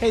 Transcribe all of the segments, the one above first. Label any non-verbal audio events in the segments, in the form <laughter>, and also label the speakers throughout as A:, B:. A: Hey,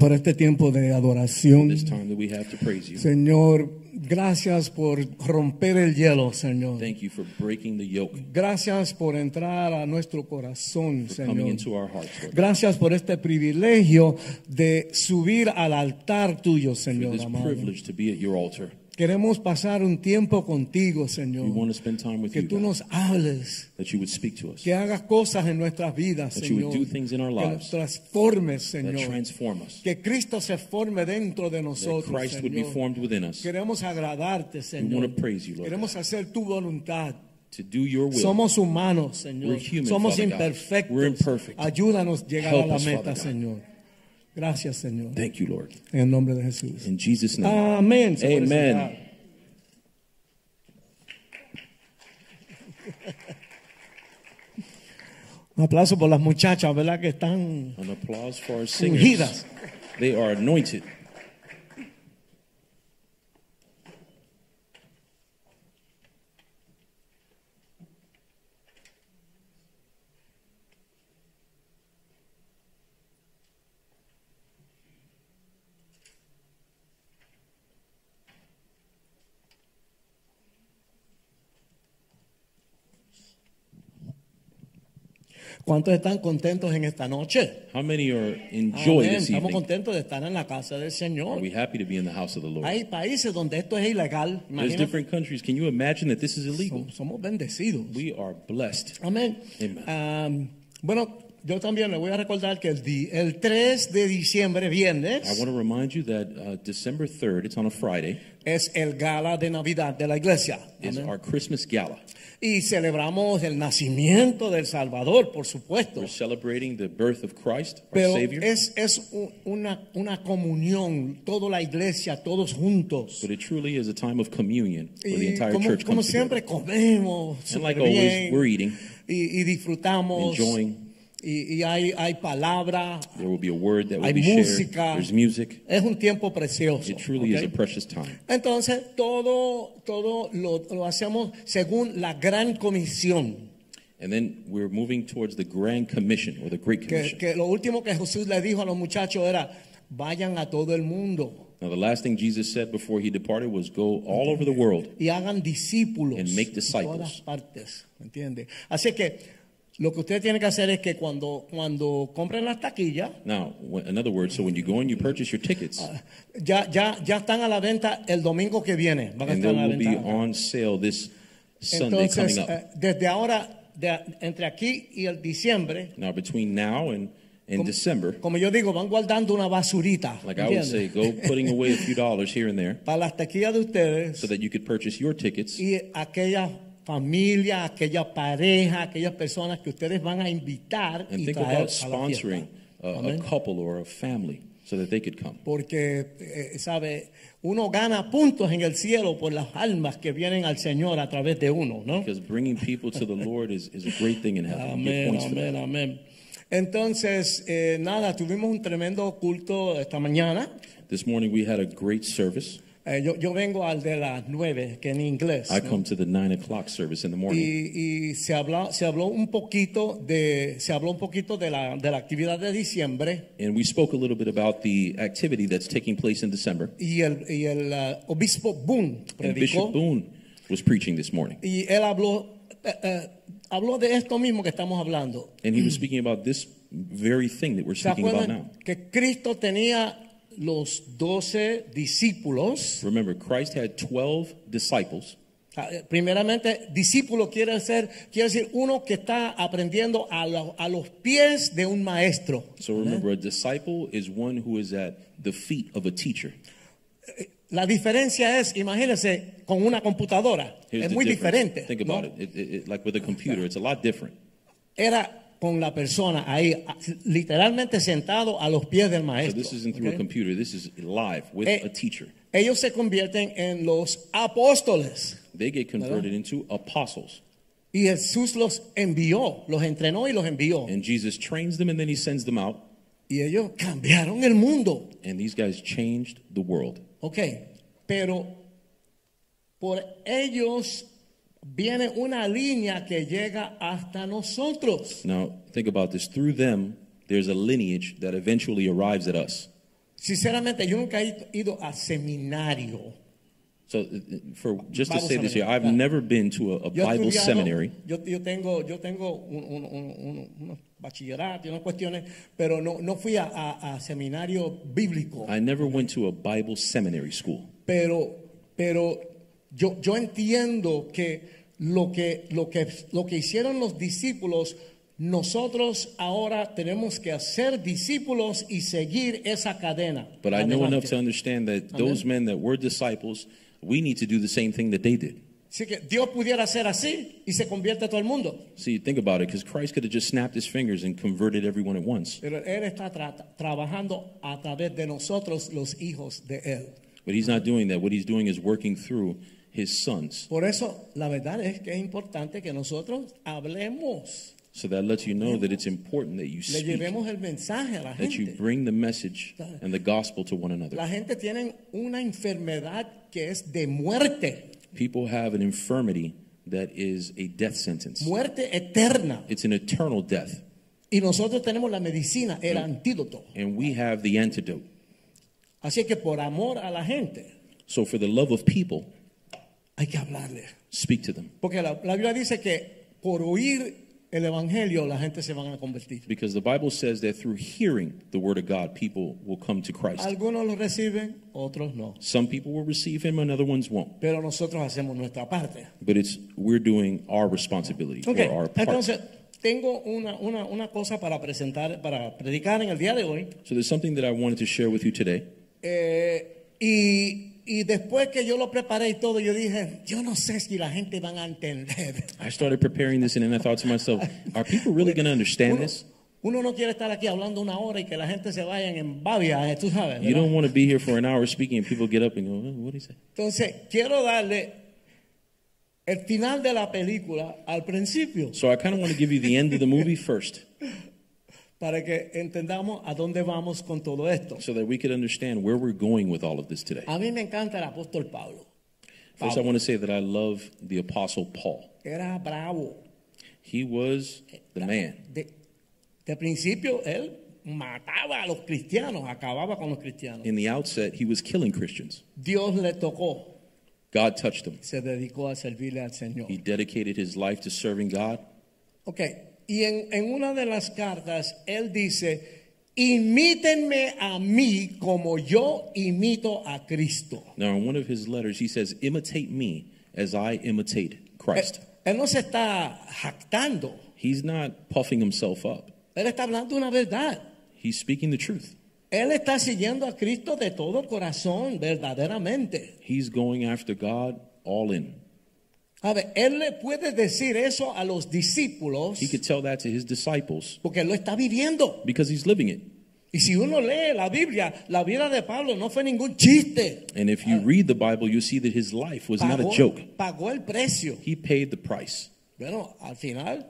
B: por este tiempo de
C: for
B: adoración.
C: this time that we have to praise you.
B: Señor, gracias por romper el hielo, Señor.
C: Thank you for breaking the yoke,
B: Gracias por entrar a nuestro corazón,
C: for coming
B: Señor.
C: into our hearts, Lord.
B: Gracias por este privilegio de subir al altar tuyo,
C: For
B: Señor
C: this
B: amado.
C: privilege to be at your altar.
B: Queremos pasar un tiempo contigo,
C: We
B: Señor.
C: want to spend time with
B: Oh. Que
C: you,
B: tú
C: God,
B: nos hables,
C: that you would speak to us,
B: que hagas cosas en nuestras vidas,
C: that you would
B: Señor.
C: do things in our
B: Que nos
C: lives
B: transformes,
C: that
B: Señor.
C: transform us,
B: Que Cristo se forme dentro de
C: that
B: nosotros.
C: Christ would be
B: Señor.
C: formed within us.
B: Queremos agradarte,
C: We
B: Señor.
C: want to praise you, Lord
B: Queremos
C: God,
B: hacer tu voluntad.
C: to do your will.
B: Somos humanos, Señor.
C: We're human,
B: Somos
C: Father God.
B: imperfectos.
C: We're imperfect.
B: Ayúdanos a llegar
C: Help
B: a la
C: us,
B: meta,
C: Father God.
B: Señor. Gracias, Señor.
C: Thank you, Lord.
B: En el nombre de Jesús.
C: In Jesus' name.
B: Amén. Se puede
C: Amen.
B: sentar. Un aplauso por las muchachas, ¿verdad? Que están
C: An applause for our
B: ungidas.
C: singers. They are anointed.
B: ¿Cuántos están contentos en esta noche?
C: How many are enjoy
B: Amén.
C: this
B: Estamos
C: evening?
B: contentos de estar en la casa del
C: Are
B: Señor.
C: we happy to be in the house of the Lord?
B: Hay países donde esto es ilegal.
C: There's
B: Imagínate.
C: different countries. Can you imagine that this is illegal?
B: Som- Somos bendecidos.
C: We are blessed.
B: Amén.
C: Amen.
B: Am, bueno, yo también le voy a recordar que el, di- el 3 de diciembre, viernes,
C: I want to remind you that uh, December 3rd, it's on a Friday,
B: es el gala de Navidad de la iglesia.
C: is
B: Amén.
C: our Christmas gala.
B: Y celebramos el nacimiento del Salvador, por supuesto.
C: We're celebrating the birth of Christ, our
B: Pero
C: Savior.
B: es, es u- una, una comunión, toda la iglesia, todos juntos.
C: But it truly is a time of communion where the
B: Y
C: entire
B: como,
C: church
B: como
C: comes
B: siempre
C: together.
B: comemos,
C: And like
B: superbién.
C: always, we're eating,
B: y, y disfrutamos.
C: enjoying.
B: Y, y hay, hay palabra.
C: There will be a word that
B: Hay
C: will be shared.
B: música. Oh,
C: There's music.
B: Es un tiempo precioso.
C: It truly
B: ¿ok?
C: is a precious time.
B: Entonces, todo, todo lo, lo hacemos según la gran comisión.
C: And then we're moving towards the Grand Commission or the Great
B: Que,
C: Commission.
B: que lo último que Jesús le dijo a los muchachos era, vayan a todo el mundo
C: Now, the last thing Jesus said before he departed was go all over the world.
B: y hagan discípulos
C: And make
B: en todas
C: disciples.
B: partes. ¿me ¿Entiende? Así que lo que usted tiene que hacer es que cuando, cuando compren las taquillas,
C: Now, wh- in other words, so when you go and you purchase your tickets,
B: Uh, ya, ya, ya están a la venta el domingo que viene. Van a
C: and
B: estar
C: they
B: a la
C: will be
B: venta.
C: on sale this Sunday
B: Entonces,
C: coming up.
B: eh, desde ahora, de- entre aquí y el diciembre,
C: Now, between now and, and December,
B: como yo digo, van guardando una basurita.
C: like I would say,
B: ¿entiendes? <laughs>
C: go putting away a few dollars here and there
B: Para las taquillas de ustedes
C: so that you could purchase your tickets
B: y aquella familia, aquella pareja, aquellas personas que ustedes van a invitar
C: and
B: y
C: think
B: traer
C: about
B: a la fiesta.
C: sponsoring a, a
B: Amén.
C: couple or a family so that they could come.
B: Porque, eh, ¿sabe? Uno gana puntos en el cielo por las almas que vienen al Señor a través de uno, ¿no?
C: Because bringing people to the Lord is, is a great thing in heaven. You get
B: Amén,
C: points for
B: amén,
C: that.
B: amén. Entonces, eh, nada, tuvimos un tremendo culto esta mañana.
C: This morning we had a great service.
B: Eh, yo, yo vengo al de las nueve, que en inglés.
C: I
B: ¿no?
C: come to the nine o'clock service in the morning.
B: Y, y se habló, se habló un poquito de, se habló un poquito de la, de la actividad de diciembre
C: And we spoke a little bit about the activity that's taking place in December.
B: y el, y el ah, obispo Boone
C: And
B: predicó
C: Bishop Boone was preaching this morning.
B: y él habló, eh, eh, habló de esto mismo que estamos hablando.
C: And
B: <clears throat>
C: he was speaking about this very thing that we're
B: ¿Se
C: speaking about now.
B: acuerdan que Cristo tenía los doce discípulos?
C: Remember, Christ had 12 disciples.
B: Ah, eh, Primeramente, discípulo quiere, ser, quiere decir uno que está aprendiendo a, lo- a los pies de un maestro.
C: So remember, a disciple is one who is at the feet of a teacher.
B: La diferencia es, imagínense, con una computadora.
C: Here's
B: es
C: the
B: muy
C: difference.
B: diferente.
C: Think
B: ¿no?
C: about it. It, it- it- Like with a computer, it's a lot different.
B: Era con la persona ahí, a- literalmente sentado a los pies del
C: So
B: maestro.
C: this isn't through
B: ¿ok?
C: a computer. This is live with
B: Eh,
C: a teacher.
B: Ellos se convierten en los apóstoles.
C: They get converted into apostles.
B: Y Jesús los envió, los entrenó y los envió.
C: And Jesus trains them and then he sends them out.
B: Y ellos cambiaron el mundo.
C: And these guys changed the world.
B: Ok, pero por ellos viene una línea que llega hasta nosotros.
C: Now, think about this. Through them, there's a lineage that eventually arrives at us.
B: Sinceramente, yo nunca he ido a seminario.
C: So, uh, for just to
B: Bible
C: say
B: seminary.
C: this here, I've
B: Yeah.
C: never been to a, a
B: Yo he
C: Bible
B: estudiado-
C: seminary.
B: Yo, yo tengo, yo tengo un- un- un- un- unos bachilleratos y unas cuestiones, pero no, no fui a, a- a seminario bíblico.
C: I never went to a Bible seminary school.
B: Pero, pero yo, yo entiendo que lo, que lo que lo que hicieron los discípulos, nosotros ahora tenemos que hacer discípulos y seguir esa cadena.
C: But I know
B: Adelante.
C: enough to understand that
B: Oh,
C: those men that were disciples, we need to do the same thing that they did.
B: Así que Dios pudiera hacer así y se convierte todo el mundo.
C: See, think about it, because Christ could have just snapped his fingers and converted everyone at once.
B: Pero Él está tra- trabajando a través de nosotros, los hijos de Él.
C: But he's not doing that. What he's doing is working through his sons.
B: Por eso, la verdad es que es importante que nosotros hablemos,
C: So that lets you know that it's important that you
B: le
C: speak,
B: llevemos el mensaje a la
C: that you
B: gente.
C: bring the message and the gospel to one another.
B: La gente tiene una enfermedad que es de muerte,
C: People have an infirmity that is a death sentence.
B: muerte eterna.
C: It's an eternal death,
B: Y nosotros tenemos la medicina, el antídoto.
C: and we have the antidote.
B: Así que por amor a la gente,
C: So for the love of people,
B: hay que hablarle.
C: speak to them.
B: Porque la, la Biblia dice que por oír el Evangelio la gente se van a convertir.
C: Because the Bible says that through hearing the word of God, people will come to Christ.
B: Algunos lo reciben, otros no.
C: Some people will receive him and other ones won't.
B: Pero nosotros hacemos nuestra parte.
C: But it's we're doing our responsibility
B: Ok,
C: or our part.
B: entonces tengo una, una, una cosa para presentar, para predicar en el día de hoy.
C: so there's something that I wanted to share with you today.
B: Eh, y, y después que yo lo preparé y todo, yo dije, yo no sé si la gente van a entender.
C: I started preparing this and then I thought to myself, are people really going to understand
B: Uno,
C: this?
B: uno no quiere estar aquí hablando una hora y que la gente se vaya en babia, eh, tú sabes.
C: You
B: ¿verdad?
C: don't want to be here for an hour speaking and people get up and go, "Oh, what did he say?
B: Entonces, quiero darle el final de la película al principio
C: So I kind of want to give you the end of the movie first
B: para que entendamos a dónde vamos con todo esto.
C: so that we could understand where we're going with all of this today.
B: A mí me encanta el apóstol Pablo.
C: First, I want to say that I love the Apostle Paul.
B: Era bravo.
C: He was the man.
B: De, de principio, él mataba a los cristianos, acababa con los cristianos.
C: In the outset, he was killing Christians.
B: Dios le tocó,
C: God touched him.
B: se dedicó a servirle al Señor.
C: He dedicated his life to serving God.
B: Ok, y en, en una de las cartas él dice, imítenme a mí como yo imito a Cristo.
C: Now, in one of his letters, he says, Imitate me as I imitate
B: Él,
C: Christ.
B: él no se está jactando,
C: He's not puffing himself up,
B: él está hablando una verdad.
C: he's speaking the truth.
B: Él está siguiendo a Cristo de todo corazón, verdaderamente.
C: He's going after God all in.
B: A ver, él le puede decir eso a los discípulos
C: He could tell that to his disciples
B: porque él lo está viviendo.
C: because he's living it.
B: Y si uno lee la Biblia, la vida de Pablo no fue ningún chiste.
C: And if you read the Bible, you see that his life was not a joke.
B: pagó el precio.
C: He paid the price.
B: Bueno, al final,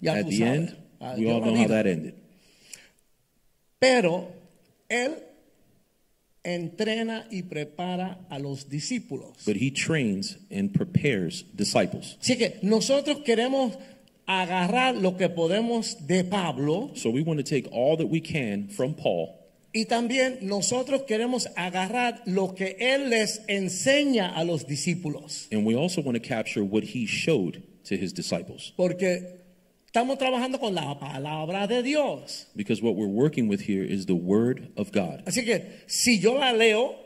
B: ya
C: At
B: tú
C: the
B: sabes.
C: end,
B: Ah,
C: we
B: dio
C: all
B: la
C: know how
B: vida.
C: that ended.
B: Pero él entrena y prepara a los discípulos.
C: But he trains and prepares disciples.
B: Así que nosotros queremos agarrar lo que podemos de Pablo
C: So we want to take all that we can from Paul,
B: y también nosotros queremos agarrar lo que él les enseña a los discípulos.
C: and we also want to capture what he showed to his disciples.
B: Porque estamos trabajando con la palabra de Dios.
C: Because what we're working with here is the Word of God.
B: Así que si yo la leo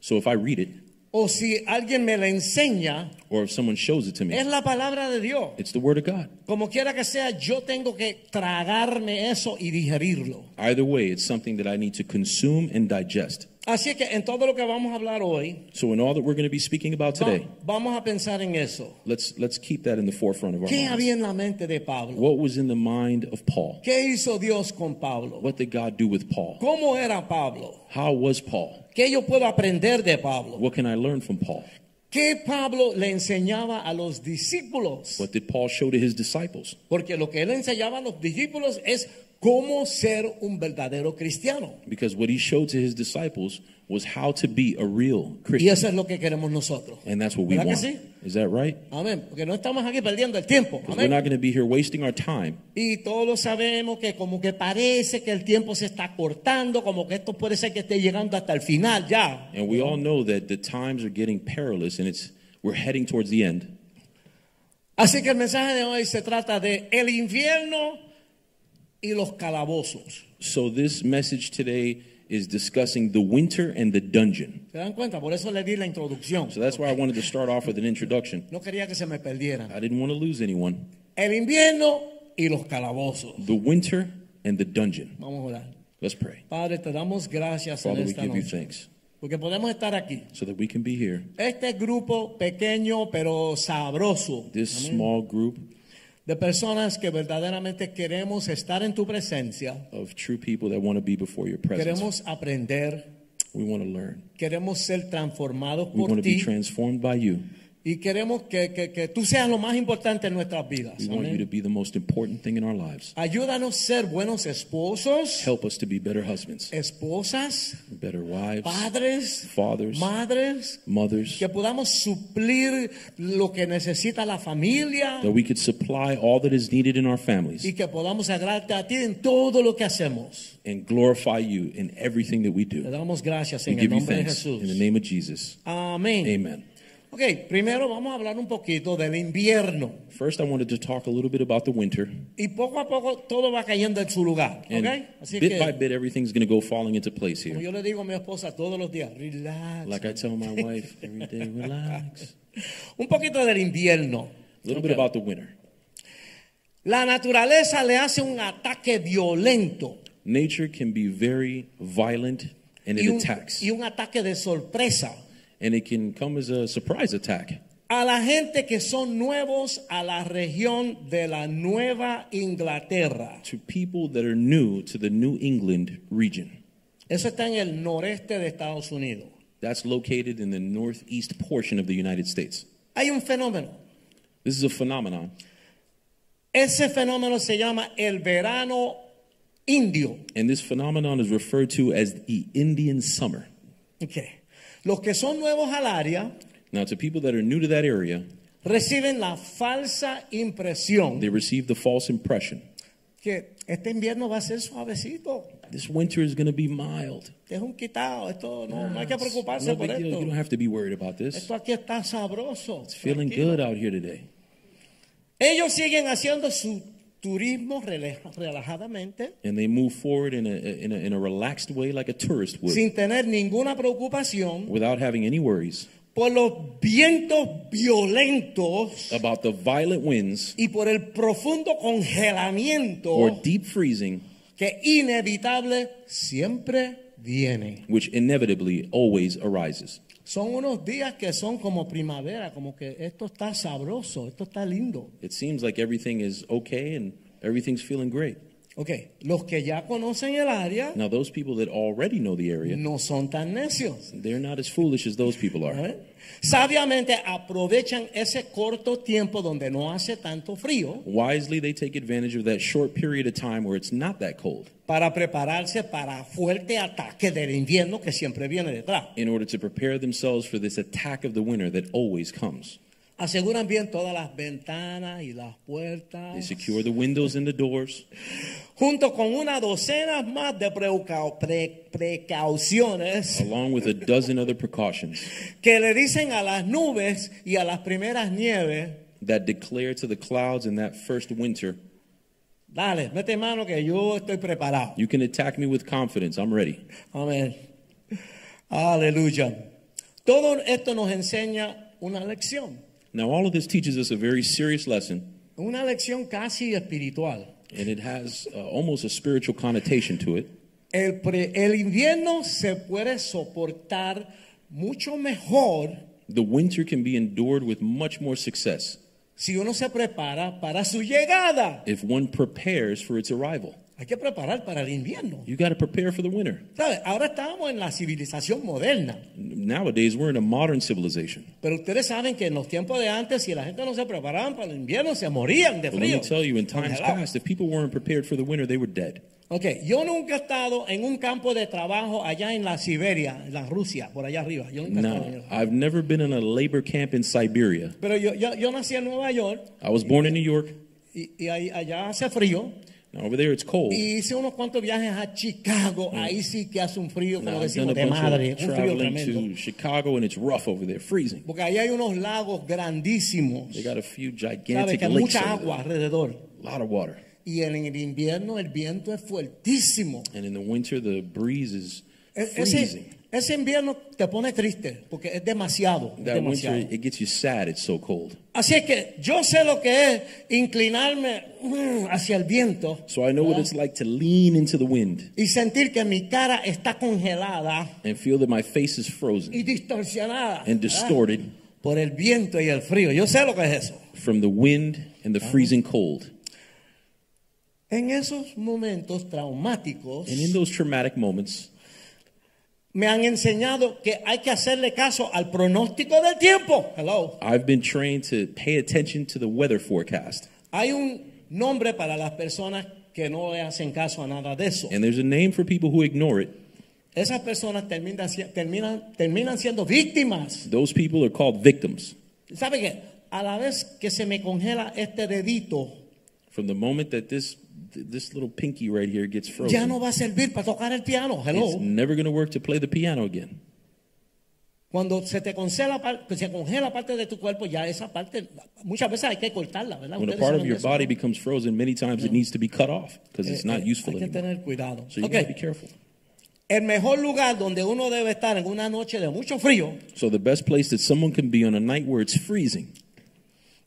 C: So if I read it,
B: o si alguien me la enseña,
C: or if someone shows it to
B: es
C: me,
B: la palabra de Dios.
C: it's the Word of God.
B: Como quiera que sea, yo tengo que tragarme eso y digerirlo.
C: Either way, it's something that I need to consume and digest.
B: Así que en todo lo que vamos a hablar hoy,
C: So in all that we're going to be speaking about
B: va-
C: today,
B: vamos a pensar en eso.
C: let's let's keep that in the forefront of our
B: ¿Qué había en
C: minds.
B: la mente de Pablo?
C: What was in the mind of Paul?
B: ¿Qué hizo Dios con Pablo?
C: What did God do with Paul?
B: ¿Cómo era Pablo?
C: How was Paul?
B: ¿Qué yo puedo aprender de Pablo?
C: What can I learn from Paul?
B: ¿Qué Pablo le enseñaba a los discípulos?
C: What did Paul show to his disciples?
B: Porque lo que él enseñaba a los discípulos es cómo ser un verdadero cristiano.
C: Because what he showed to his disciples was how to be a real
B: Y
C: Christian.
B: eso es lo que queremos nosotros.
C: And that's what we
B: ¿Verdad que
C: want. Pues
B: sí?
C: Is that right?
B: Amén. Porque no estamos aquí perdiendo el tiempo.
C: Because we're
B: Amén.
C: not going to be here wasting our time.
B: Y todos sabemos que como que parece que el tiempo se está cortando, como que esto puede ser que esté llegando hasta el final ya.
C: And we all know that the times are getting perilous and it's we're heading towards the end.
B: Así que el mensaje de hoy se trata de el infierno y los calabozos.
C: So this message today is discussing the winter and the dungeon.
B: ¿Se dan cuenta? Por eso le di la introducción.
C: So that's why I wanted to start off with an introduction.
B: No quería que se me perdieran.
C: I didn't want to lose anyone.
B: El invierno y los calabozos.
C: The winter and the dungeon.
B: Vamos a orar.
C: Let's pray.
B: Padre, te damos gracias
C: Father,
B: en
C: we
B: esta
C: give you
B: noche.
C: thanks
B: Porque podemos estar aquí.
C: so that we can be here.
B: Este grupo pequeño pero sabroso
C: This small group
B: de personas que verdaderamente queremos estar en tu presencia,
C: of true people that want to be before your presence.
B: queremos aprender,
C: We want to learn.
B: queremos ser transformados
C: We want
B: por
C: to be
B: ti
C: transformed by you.
B: y queremos que, que- que tú seas lo más importante en nuestras vidas.
C: We want
B: Amén.
C: you to be the most important thing in our lives.
B: Ayúdanos a ser buenos esposos,
C: Help us to be better husbands,
B: esposas,
C: better wives,
B: padres,
C: fathers,
B: madres,
C: mothers,
B: que podamos suplir lo que necesita la familia
C: that we could supply all that is needed in our families
B: y que podamos agradarte a ti en todo lo que hacemos.
C: and glorify you in everything that we
B: Te
C: do.
B: damos gracias
C: We
B: en el
C: give you
B: nombre de
C: thanks
B: Jesús.
C: in the name of Jesus.
B: Amén.
C: Amen.
B: Ok, primero vamos a hablar un poquito del invierno.
C: First, I wanted to talk a little bit about the winter.
B: Y poco a poco todo va cayendo en su lugar.
C: And
B: ok? Así
C: bit
B: que,
C: by bit, everything's going to go falling into place
B: como
C: here.
B: yo le digo a mi esposa todos los días, relax.
C: Like I tell my wife every day,
B: <laughs>
C: relax.
B: un poquito del invierno.
C: A little bit about the winter.
B: La naturaleza le hace un ataque violento
C: Nature can be very violent and
B: y
C: it
B: un,
C: attacks.
B: y un ataque de sorpresa
C: and it can come as a surprise attack
B: a la gente que son nuevos a la región de la Nueva Inglaterra.
C: to people that are new to the New England region.
B: Eso está en el noreste de Estados Unidos.
C: That's located in the northeast portion of the United States.
B: Hay un fenómeno.
C: This is a phenomenon,
B: Ese fenómeno se llama el verano indio.
C: and this phenomenon is referred to as the Indian summer.
B: Ok. Los que son nuevos al área
C: Now, to people that are new to that area,
B: reciben la falsa impresión
C: they receive the false impression
B: que este invierno va a ser suavecito.
C: this winter is going to be mild.
B: Este es un quitado. Esto no, no hay que
C: It's
B: preocuparse
C: Ah, no
B: por
C: big deal. You don't
B: esto.
C: have to be worried about this.
B: Esto aquí está sabroso.
C: It's feeling
B: tranquilo.
C: good out here today.
B: Ellos siguen haciendo su turismo rela- relajadamente,
C: And they move forward in a, in a, in a relaxed way, like a tourist would,
B: sin tener ninguna preocupación
C: without having any worries.
B: por los vientos violentos
C: about the violent winds
B: y por el profundo congelamiento
C: or deep freezing,
B: que inevitable siempre viene.
C: which inevitably always arises.
B: Son unos días que son como primavera, como que esto está sabroso, esto está lindo.
C: It seems like everything is okay and everything's feeling great.
B: Ok, los que ya conocen el área
C: Now, those people that already know the area,
B: no son tan necios.
C: they're not as foolish as those people are.
B: ¿eh? Sabiamente aprovechan ese corto tiempo donde no hace tanto frío
C: Wisely, they take advantage of that short period of time where it's not that cold
B: para prepararse para fuerte ataque del invierno que siempre viene detrás.
C: in order to prepare themselves for this attack of the winter that always comes.
B: Aseguran bien todas las ventanas y las
C: They
B: puertas.
C: secure the windows and the doors
B: junto con una docena más de preuca- pre- precauciones
C: along with a dozen other precautions
B: que le dicen a las nubes y a las primeras nieves,
C: that declare to the clouds in that first winter,
B: dale, mete mano que yo estoy preparado.
C: You can attack me with confidence. I'm ready.
B: Amén. Aleluya. Todo esto nos enseña una lección,
C: Now, all of this teaches us a very serious lesson,
B: una lección casi espiritual.
C: and it has uh, almost a spiritual connotation to it.
B: El, pre- el invierno se puede soportar mucho mejor
C: The winter can be endured with much more success
B: si uno se prepara para su llegada.
C: if one prepares for its arrival.
B: Hay que preparar para el invierno.
C: You got to prepare for the winter.
B: ¿Sabe? Ahora estamos en la civilización moderna,
C: Nowadays, we're in a modern civilization.
B: pero ustedes saben que en los tiempos de antes, si la gente no se preparaba para el invierno, se morían de
C: But let
B: frío.
C: me tell you, in times
B: Congelado.
C: past, if people weren't prepared for the winter, they were dead.
B: Ok, yo nunca he estado en un campo de trabajo allá en la Siberia, en la Rusia, por allá arriba. Yo nunca he estado en
C: Now,
B: eso.
C: I've never been in a labor camp in Siberia.
B: Pero yo, yo, yo nací en Nueva York
C: I was born in New York.
B: y, y ahí- allá hace frío.
C: Now, over there, it's cold.
B: Y hice unos cuantos viajes a
C: Mm.
B: Chicago. Ahí sí que hace un frío, como
C: Now, I've done
B: decimos,
C: a
B: de madre.
C: bunch
B: Un
C: of
B: frío
C: traveling
B: tremendo.
C: to Chicago, and it's rough over there, freezing.
B: Porque ahí hay unos lagos grandísimos.
C: They got a few
B: Sabes
C: gigantic
B: que hay
C: lakes,
B: mucha
C: eh. over there.
B: agua alrededor.
C: a lot of water.
B: Y en el invierno el viento es fuertísimo.
C: And in the winter, the breeze is
B: E-
C: freezing.
B: Ese, ese invierno te pone triste porque es demasiado. es
C: That winter,
B: demasiado.
C: it gets you sad. It's so cold.
B: Así es que yo sé lo que es inclinarme mm, hacia el viento
C: So I know what it's like to lean into the wind
B: y sentir que mi cara está congelada
C: and feel that my face is
B: y Ah.
C: frozen
B: distorsionada
C: and
B: ¿verdad?
C: distorted
B: por el viento y el frío. Yo sé lo que es eso.
C: from the wind and
B: Uh-huh.
C: the freezing cold.
B: En esos momentos traumáticos
C: And in those traumatic moments,
B: me han enseñado que hay que hacerle caso al pronóstico del tiempo. Hello.
C: I've been trained to pay attention to the weather forecast.
B: Hay un nombre para las personas que no le hacen caso a nada de eso.
C: And there's a name for people who ignore it.
B: Esas personas terminan, si- terminan, terminan siendo víctimas.
C: Those people are called victims.
B: ¿Sabe qué? A la vez que se me congela este dedito,
C: From the moment that this th- this little pinky right here gets
B: ya no
C: frozen,
B: va a servir para tocar el piano. Hello.
C: it's never going to work to play the piano again.
B: Cuando se te congela, par- que se congela parte de tu cuerpo, ya esa parte, muchas veces hay que cortarla, ¿verdad?
C: When a
B: Ustedes
C: part of
B: saben
C: your
B: eso,
C: body
B: ¿no?
C: becomes frozen, many times it needs to be cut off because it's
B: Eh,
C: not
B: eh,
C: useful
B: Hay que
C: anymore.
B: tener cuidado.
C: So you
B: Ok.
C: got to be careful.
B: El mejor lugar donde uno debe estar en una noche de mucho frío,
C: So the best place that someone can be on a night where it's freezing,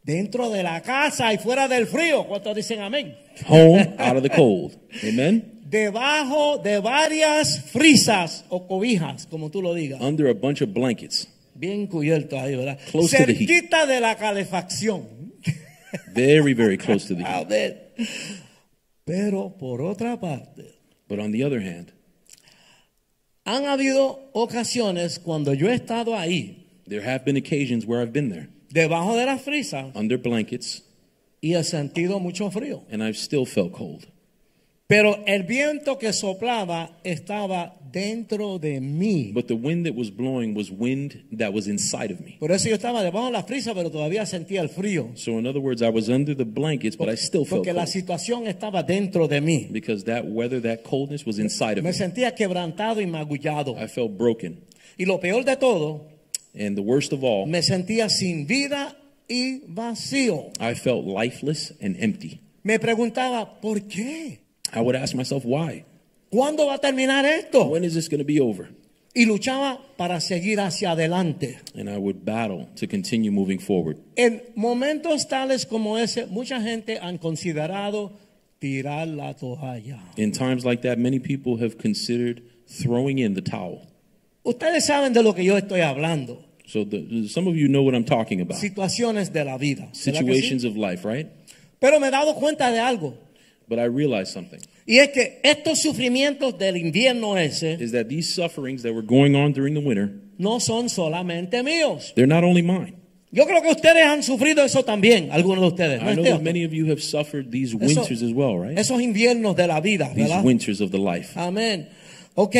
B: dentro de la casa y fuera del frío, ¿cuántos dicen amén?
C: home, out of the cold. Amen?
B: Debajo de varias frisas o cobijas, como tú lo digas.
C: Under a bunch of blankets.
B: Bien cubierto ahí, ¿verdad?
C: Close to the heat.
B: Cerquita de la calefacción.
C: Very, very close to the
B: A
C: heat.
B: ver. Pero por otra parte,
C: But on the other hand,
B: han habido ocasiones cuando yo he estado ahí,
C: there have been occasions where I've been there,
B: debajo de la frisa,
C: under blankets,
B: y he sentido mucho frío.
C: and I've still felt cold.
B: Pero el viento que soplaba estaba dentro de mí.
C: But the wind that was blowing was wind that was inside of me.
B: Por eso yo estaba debajo de la frisa, pero todavía sentía el frío.
C: So, in other words, I was under the blankets, but I still felt
B: Porque la
C: cold
B: situación estaba dentro de mí.
C: because that weather, that coldness was inside of
B: Me
C: me.
B: sentía quebrantado y magullado.
C: I felt broken.
B: Y lo peor de todo,
C: And the worst of all,
B: Me sentía sin vida y vacío.
C: I felt lifeless and empty.
B: Me preguntaba, ¿por qué?
C: I would ask myself, why?
B: ¿Cuándo va a terminar esto?
C: When is this going to be over?
B: Y luchaba para seguir hacia adelante.
C: And I would battle to continue moving forward.
B: En momentos tales como ese, mucha gente han considerado tirar la toalla.
C: In times like that, many people have considered throwing in the towel.
B: Ustedes saben de lo que yo estoy hablando.
C: So, the, some of you know what I'm talking about
B: Situaciones de la vida. ¿verdad que sí?
C: situations of life, right?
B: Pero me he dado cuenta de algo.
C: But I realized something
B: Y es que estos sufrimientos del invierno ese
C: is that these sufferings that were going on during the winter,
B: no son solamente míos.
C: they're not only mine.
B: Yo creo que ustedes han sufrido eso también, algunos de ustedes. ¿no
C: I
B: es
C: know
B: cierto?
C: that many of you have suffered these
B: Eso-
C: winters as well, right?
B: Esos inviernos de la vida,
C: These
B: ¿verdad?
C: winters of the life.
B: Amén. Ok,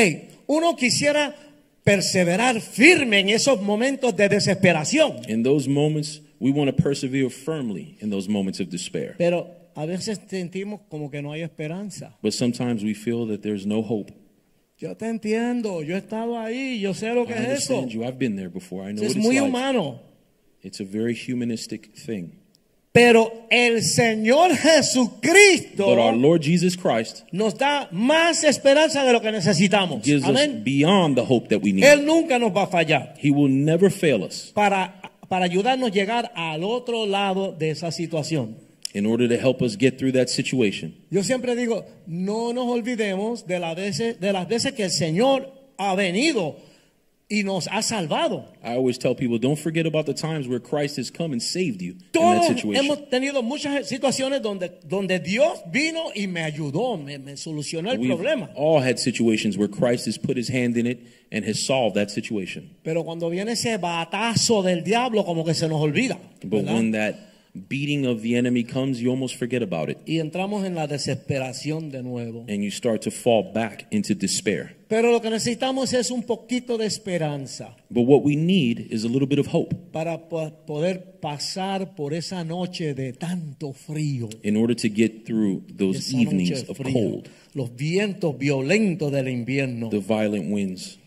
B: uno quisiera perseverar firme en esos momentos de desesperación,
C: In those moments, we want to persevere firmly in those moments of despair.
B: pero a veces sentimos como que no hay esperanza.
C: But sometimes we feel that there's no hope.
B: Yo te entiendo, yo he estado ahí, yo sé lo
C: I
B: que es eso.
C: understand you. I've been there before. I know
B: Es
C: what
B: muy
C: it's like.
B: humano.
C: It's a very humanistic thing.
B: Pero el Señor
C: But our
B: Jesucristo
C: Lord Jesus Christ
B: nos da más esperanza de lo que necesitamos.
C: gives us
B: Amén.
C: beyond the hope that we need.
B: Él nunca nos va a fallar.
C: he will never fail us
B: para, para ayudarnos a llegar al otro lado de esa situación.
C: in order to help us get through that situation.
B: Yo siempre digo, no nos olvidemos de las veces, de las veces que el Señor ha venido y nos ha salvado.
C: I always tell people, don't forget about the times where Christ has come and saved you in that
B: Todos
C: situation.
B: hemos tenido muchas situaciones donde, donde Dios vino y me ayudó, me, me solucionó el
C: We've
B: problema.
C: all had situations where Christ has put his hand in it and has solved that situation.
B: Pero cuando viene ese batazo del diablo, como que se nos olvida.
C: But
B: ¿verdad?
C: when that beating of the enemy comes, you almost forget about it
B: Y entramos en la desesperación de nuevo.
C: and you start to fall back into despair.
B: Pero lo que necesitamos es un poquito de esperanza
C: But what we need is a little bit of hope
B: para po- poder pasar por esa noche de tanto frío.
C: in order to get through those
B: esa noche
C: evenings
B: de
C: of
B: frío,
C: cold,
B: Los vientos violentos del invierno.
C: the Mm. violent winds.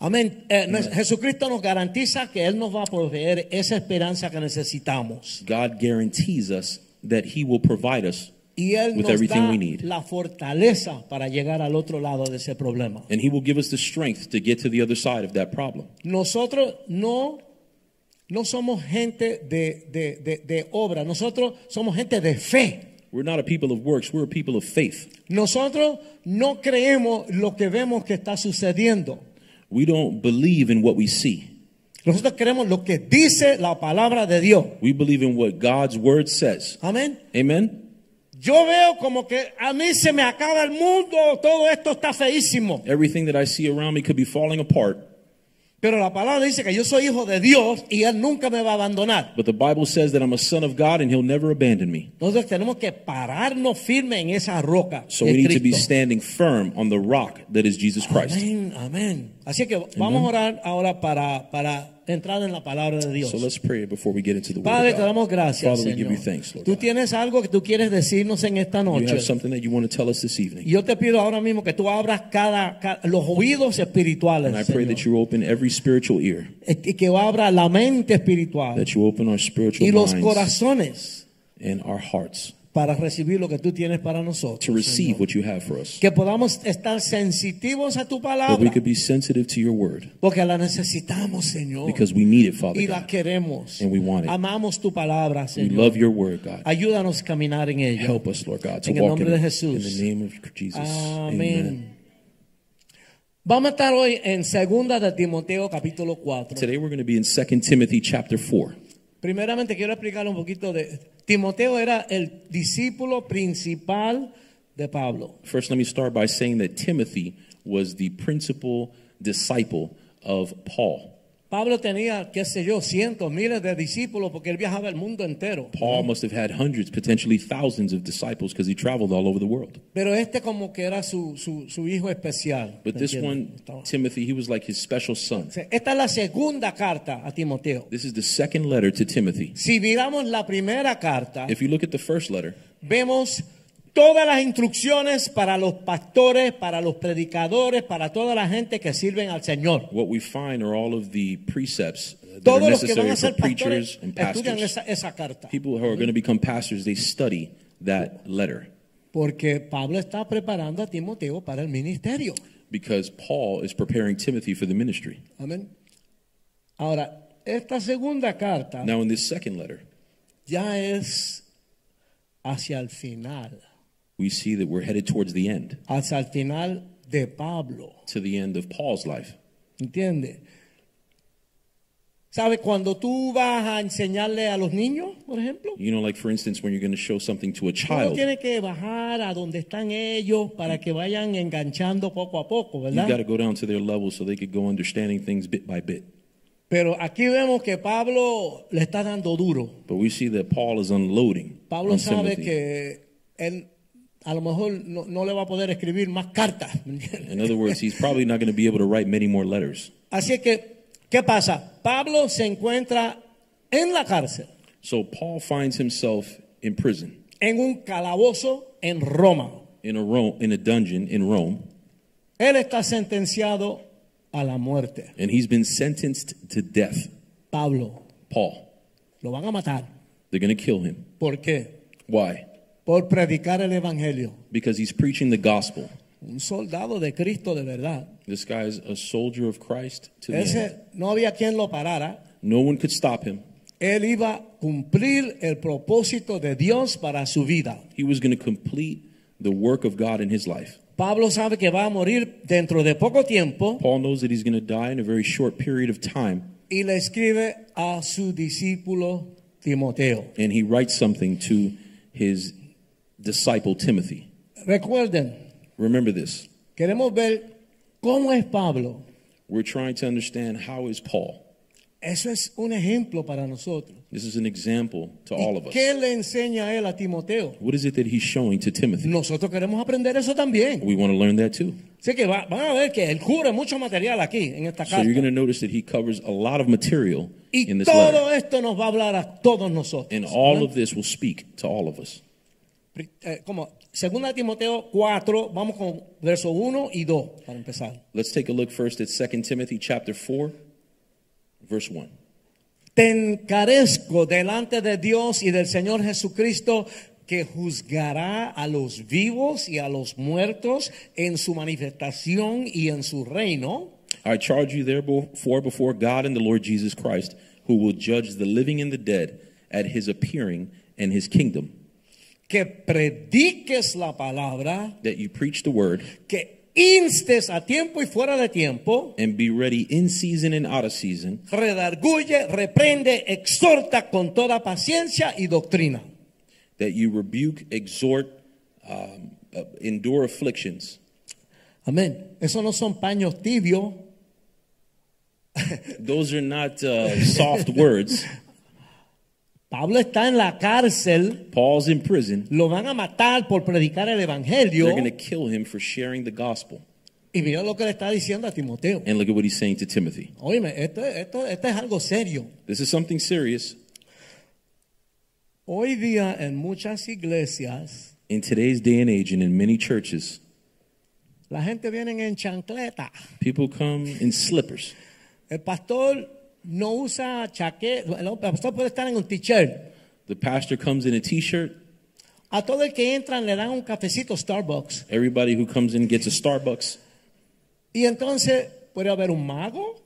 B: Amén. Eh, nos- Jesucristo nos garantiza que Él nos va a proveer esa esperanza que necesitamos.
C: God guarantees us that he will provide us
B: Y Él
C: With
B: nos
C: everything
B: da
C: we need.
B: la fortaleza para llegar al otro lado de ese problema.
C: and he will give us the strength to get to the other side of that problem.
B: Nosotros no, no somos gente de, de- de- de obra, nosotros somos gente de fe.
C: We're not a people of works, we're a people of faith.
B: Nosotros no creemos lo que vemos que está sucediendo.
C: We don't believe in what we see.
B: Nosotros creemos lo que dice la palabra de Dios.
C: We believe in what God's word says.
B: Amén.
C: Amen.
B: Yo veo como que a mí se me acaba el mundo, todo esto está feísimo.
C: Everything that I see around me could be falling apart,
B: Pero la palabra dice que yo soy hijo de Dios y Él nunca me va a abandonar.
C: but the Bible says that I'm a son of God and he'll never abandon me.
B: Entonces tenemos que pararnos firme en esa roca.
C: So
B: que
C: we
B: es
C: need to be
B: Cristo.
C: standing firm on the rock that is Jesus Christ.
B: Amén, amén. Así que vamos a orar ahora para, para entrar en la palabra de Dios.
C: So let's pray before we get into the word.
B: Padre,
C: of
B: te
C: God.
B: damos gracias.
C: Father, we give
B: Señor.
C: you thanks, Lord.
B: Tú
C: God.
B: tienes algo que tú quieres decirnos en esta
C: You
B: noche.
C: have something that you want to tell us this
B: Y
C: evening.
B: Yo te pido ahora mismo que tú abras cada, ca- los oídos espirituales.
C: And I pray
B: Señor.
C: that you open every spiritual ear,
B: Y que abra la mente espiritual
C: that you open our
B: y
C: spiritual
B: los
C: minds
B: corazones
C: and our hearts
B: para recibir lo que tú tienes para nosotros.
C: to receive what you have for us.
B: Que podamos estar sensitivos a tu
C: That
B: palabra.
C: we could be sensitive to your word
B: Porque la necesitamos, Señor.
C: because we need it,
B: Oh. y
C: Father
B: la
C: God.
B: queremos.
C: And we want it.
B: Amamos tu palabra,
C: We
B: Señor.
C: love your word, God.
B: Ayúdanos a caminar en ella.
C: Help us, Lord God, to
B: En el
C: walk in,
B: nombre de
C: it. in
B: Jesús.
C: the name of Jesus.
B: Amén. Vamos a estar hoy en segunda de Timoteo capítulo 4.
C: Today we're going to be in 2 Timothy chapter 4.
B: Primeramente quiero explicar un poquito de Timoteo era el discípulo principal de Pablo.
C: First, let me start by saying that Timothy was the principal disciple of Paul.
B: Pablo tenía, qué sé yo, cientos, miles de discípulos porque él viajaba el mundo entero.
C: Paul must have had hundreds, potentially thousands of disciples because he traveled all over the world.
B: Pero este como que era su, su, su hijo especial.
C: But
B: ¿me
C: this
B: entiendes?
C: one,
B: Estaba-
C: Timothy, he was like his special son.
B: O sea, Esta es la segunda carta a Timoteo.
C: This is the second letter to Timothy.
B: Si miramos la primera carta,
C: If you look at the first letter,
B: vemos todas las instrucciones para los pastores, para los predicadores, para toda la gente que sirven al Señor.
C: what we find are all of the precepts that are
B: Todos los que van
C: necessary
B: a
C: for
B: ser
C: preachers
B: pastores
C: and
B: estudian
C: pastors.
B: esa, esa carta.
C: People who are going to become pastors, they study that letter
B: Porque Pablo está preparando a Timoteo para el ministerio.
C: because Paul is preparing Timothy for the ministry.
B: Amén. Ahora, esta segunda carta
C: Now, in this second letter,
B: ya es hacia el final,
C: we see that we're headed towards the end,
B: hacia el final de Pablo.
C: to the end of Paul's life.
B: ¿Entiendes? ¿Sabes cuando tú vas a enseñarle a los niños, por ejemplo?
C: You know, like for instance, when you're going to show something to a
B: Uno
C: child,
B: tiene que bajar a donde están ellos para que vayan enganchando poco a poco,
C: you've got to
B: ¿verdad?
C: go down to their level so they could go understanding things bit by bit.
B: Pero aquí vemos que Pablo le está dando duro.
C: But we see that Paul is unloading.
B: Pablo
C: on
B: sabe
C: Timothy.
B: que él a lo mejor no, no le va a poder escribir más cartas. ¿me entiendes?
C: In other words, he's probably not going to be able to write many more letters.
B: Así es que, ¿qué pasa? Pablo se encuentra en la cárcel,
C: So Paul finds himself in prison
B: en un calabozo en Roma.
C: in a Rome, in a dungeon in Rome,
B: Él está sentenciado a la muerte.
C: and he's been sentenced to death.
B: Pablo,
C: Paul,
B: lo van a matar.
C: they're going to kill him.
B: ¿Por qué?
C: Why?
B: Por predicar el evangelio.
C: Because he's preaching the gospel.
B: Un soldado de Cristo de verdad.
C: This guy is a soldier of Christ to the end.
B: Ese no había quien lo parara.
C: No one could stop him.
B: Él iba a cumplir el propósito de Dios para su vida.
C: He was going to complete the work of God in his life.
B: Pablo sabe que va a morir dentro de poco tiempo
C: Paul knows that he's going to die in a very short period of time,
B: y le escribe a su discípulo Timoteo.
C: and he writes something to his disciple Timothy.
B: Recuerden,
C: Remember this.
B: queremos ver cómo es Pablo.
C: We're trying to understand how is Paul.
B: Eso es un ejemplo para nosotros.
C: This is an example to all of us.
B: ¿Qué le enseña él a Timoteo?
C: What is it that he's showing to Timothy?
B: Nosotros queremos aprender eso también.
C: We want to learn that too.
B: Así que va- van a ver que él cubre mucho material aquí en esta
C: So you're going
B: carta.
C: to notice that he covers a lot of material in
B: Y
C: this letter.
B: todo esto nos va a hablar a todos nosotros.
C: And all of this will speak to all of us.
B: Pri- eh, como segunda de Timoteo 4, vamos con verso 1 y 2 para empezar.
C: Let's take a look first at 2 Timothy chapter 4, verse 1.
B: Te encarezco delante de Dios y del Señor Jesucristo que juzgará a los vivos y a los muertos en su manifestación y en su reino.
C: I charge you therefore before God and the Lord Jesus Christ, who will judge the living and the dead at his appearing and his kingdom,
B: que prediques la palabra,
C: that you preach the word
B: que instes a tiempo y fuera de tiempo,
C: and be ready in season and out of season,
B: redarguye, reprende, exhorta con toda paciencia y doctrina.
C: that you rebuke, exhort, um, uh, endure afflictions.
B: Amén. Eso no son paños tibios.
C: Those are not uh, soft <laughs> words.
B: Pablo está en la cárcel,
C: Paul's in prison.
B: lo van a matar por predicar el evangelio.
C: They're going to kill him for sharing the gospel.
B: Y mira lo que le está diciendo a Timoteo.
C: And look at what he's saying to Timothy.
B: Óyeme, esto, esto, esto es algo serio.
C: This is something serious.
B: Hoy día en muchas iglesias
C: In today's day and age, and in many churches,
B: la gente viene en chancleta.
C: people come in slippers.
B: El pastor no usa chaqueta. El pastor puede estar en un t-shirt.
C: The pastor comes in a t shirt.
B: A todo el que entran le dan un cafecito Starbucks.
C: Everybody who comes in gets a Starbucks.
B: Y entonces puede haber un mago,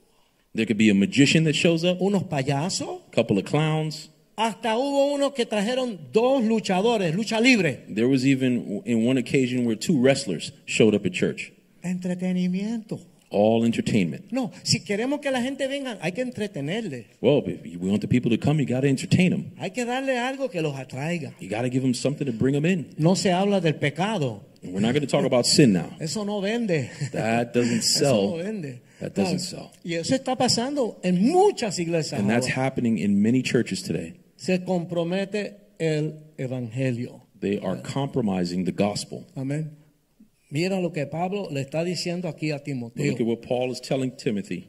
C: There could be a magician that shows up,
B: unos payasos.
C: a couple of clowns.
B: Hasta hubo unos que trajeron dos luchadores, lucha libre.
C: There was even in one occasion where two wrestlers showed up at church.
B: Entretenimiento.
C: All entertainment.
B: No, si queremos que la gente venga, hay que entretenerle.
C: Well, if you want the people to come, you got to entertain them.
B: Hay que darle algo que los atraiga.
C: You got to give them something to bring them in.
B: No se habla del pecado.
C: And we're not going to talk about sin now.
B: Eso no vende. <laughs>
C: That doesn't
B: Eso no
C: sell.
B: vende.
C: That doesn't sell.
B: Y eso está pasando en muchas iglesias.
C: And that's
B: ahora.
C: happening in many churches today.
B: se compromete el evangelio.
C: They are compromising the gospel.
B: Amén. Mira lo que Pablo le está diciendo aquí a
C: But
B: Timoteo,
C: look at what Paul is telling Timothy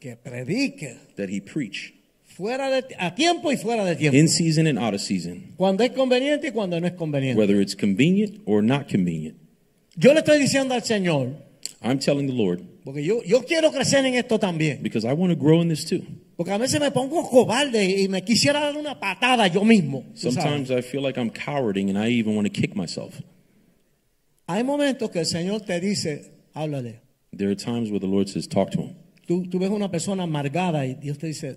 B: que predique
C: that he preach
B: fuera de a tiempo y fuera de tiempo,
C: in season and out of season,
B: cuando es conveniente y cuando no es conveniente.
C: whether it's convenient or not convenient.
B: Yo le estoy diciendo al Señor,
C: I'm telling the Lord
B: porque yo yo quiero crecer en esto también,
C: because I want to grow in this too.
B: porque a veces me pongo cobarde y me quisiera dar una patada yo mismo. tú sabes.
C: Sometimes I feel like I'm cowarding and I even want to kick myself.
B: Hay momentos que el Señor te dice, háblale.
C: There are times where the Lord says, Talk to him.
B: Tú, tú ves una persona amargada y Dios te dice,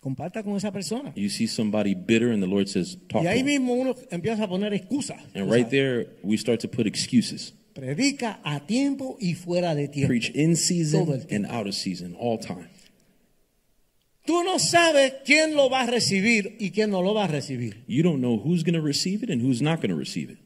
B: comparta con esa persona.
C: You see somebody bitter and the Lord says, Talk
B: Y
C: to
B: ahí
C: him.
B: mismo uno empieza a poner excusas.
C: And
B: O
C: Oh. right
B: sea,
C: there, we start to put excuses.
B: Predica a tiempo y fuera de tiempo.
C: Preach
B: Todo
C: in
B: el
C: season
B: tiempo.
C: and out of season, all time.
B: Tú no sabes quién lo va a recibir y quién no lo va a recibir.
C: You don't know who's going to receive it and who's not going to receive it.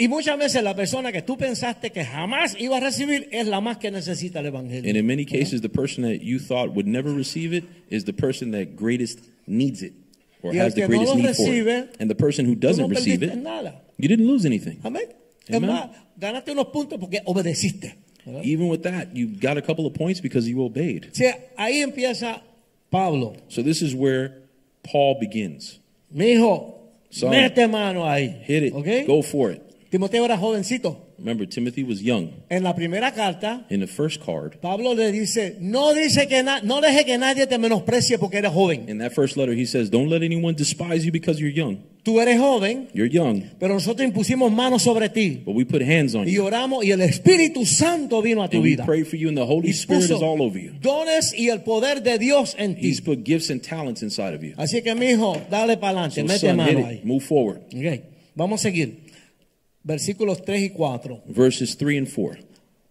B: Y muchas veces la persona que tú pensaste que jamás iba a recibir es la más que necesita el evangelio.
C: And in many cases, the person that you thought would never receive it is the person that greatest needs it or
B: Y el
C: has the
B: que no
C: greatest
B: lo
C: need for
B: recibe,
C: it. And the person who
B: Tú
C: doesn't
B: no
C: receive
B: perdiste
C: it,
B: nada.
C: you didn't lose anything.
B: Amén. Es
C: Amen.
B: más, ganaste unos puntos porque obedeciste. ¿verdad?
C: Even with that, you got a couple of points because you obeyed.
B: O sea, ahí empieza Pablo.
C: So this is where Paul begins.
B: Mi hijo,
C: Son.
B: mete mano ahí.
C: Hit it.
B: ¿ok?
C: Go for it.
B: Timoteo era jovencito.
C: Remember, Timothy was young.
B: En la primera carta,
C: In the first card,
B: Pablo le dice, no dice que na- no deje que nadie te menosprecie porque eres joven.
C: in that first letter, he says, Don't let anyone despise you because you're young.
B: Tú eres joven,
C: You're young,
B: pero nosotros impusimos manos sobre ti
C: but we put hands on
B: y
C: you.
B: oramos y el Espíritu Santo vino a tu
C: And we
B: vida.
C: pray for you, and the
B: Y
C: Holy Spirit is
B: puso
C: all over you.
B: dones y el poder de Dios en ti.
C: He's put gifts and talents inside of you.
B: Así que, mi hijo, dale para adelante,
C: So,
B: mete
C: son, hit
B: mano
C: it.
B: ahí.
C: Move forward.
B: Ok, Vamos a seguir. Versículos 3 y 4.
C: Verses 3 and 4.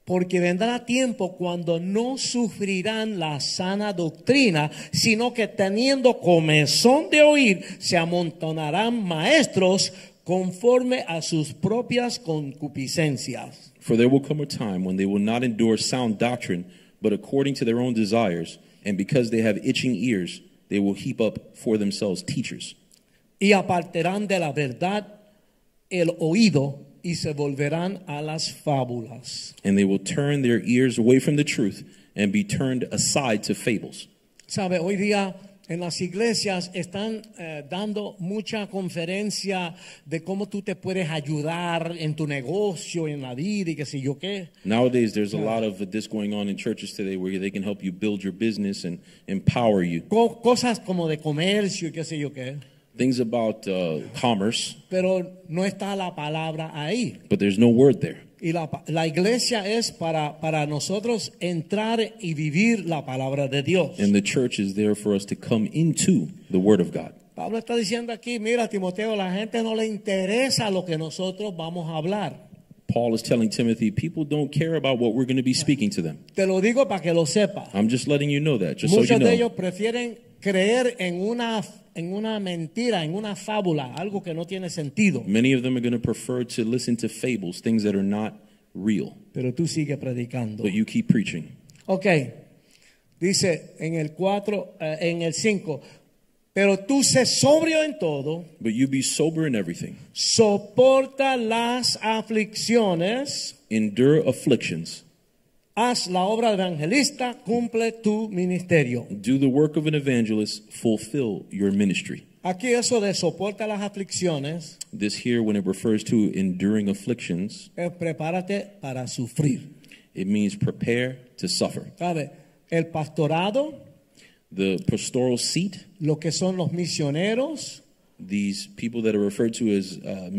B: Porque vendrá tiempo cuando no sufrirán la sana doctrina, sino que teniendo comezón de oír, se amontonarán maestros conforme a sus propias concupiscencias.
C: For there will come a time when they will not endure sound doctrine, but according to their own desires, and because they have itching ears, they will heap up for themselves teachers.
B: Y apartarán de la verdad el oído y se volverán a las fábulas.
C: And they will turn their ears away from the truth and be turned aside to fables.
B: Sabe, hoy día en las iglesias están eh, dando mucha conferencia de cómo tú te puedes ayudar en tu negocio, en la vida y qué sé yo qué.
C: Nowadays, there's a lot of this going on in churches today where they can help you build your business and empower you.
B: Co- cosas como de comercio y qué sé yo qué.
C: Things about uh, commerce,
B: Pero no está la palabra ahí.
C: but there's no word there.
B: Y la, pa- la iglesia es para, para nosotros entrar y vivir la palabra de Dios.
C: And the church is there for us to come into the word of God.
B: Pablo está diciendo aquí, mira Timoteo, la gente no le interesa lo que nosotros vamos a hablar.
C: Paul is telling Timothy, people don't care about what we're going to be speaking to them.
B: Te lo digo para que lo sepas.
C: I'm just letting you know that, just so
B: Muchos
C: you
B: de ellos
C: know.
B: prefieren creer en una, en una mentira, en una fábula, algo que no tiene sentido.
C: Many of them are going to prefer to listen to fables, things that are not real.
B: Pero tú sigues predicando.
C: But you keep preaching.
B: Ok, dice en el 4, en el 5, pero tú sé sobrio en todo,
C: But you be sober in everything,
B: soporta las aflicciones,
C: endure afflictions,
B: haz la obra de evangelista, cumple tu ministerio.
C: do the work of an evangelist, fulfill your ministry.
B: Aquí eso de soporta las aflicciones
C: This here, when it refers to enduring afflictions,
B: es prepárate para sufrir.
C: it means prepare to suffer.
B: ¿Sabe? El pastorado,
C: The pastoral seat,
B: lo que son los misioneros,
C: these people that are referred to as uh,
B: la- los que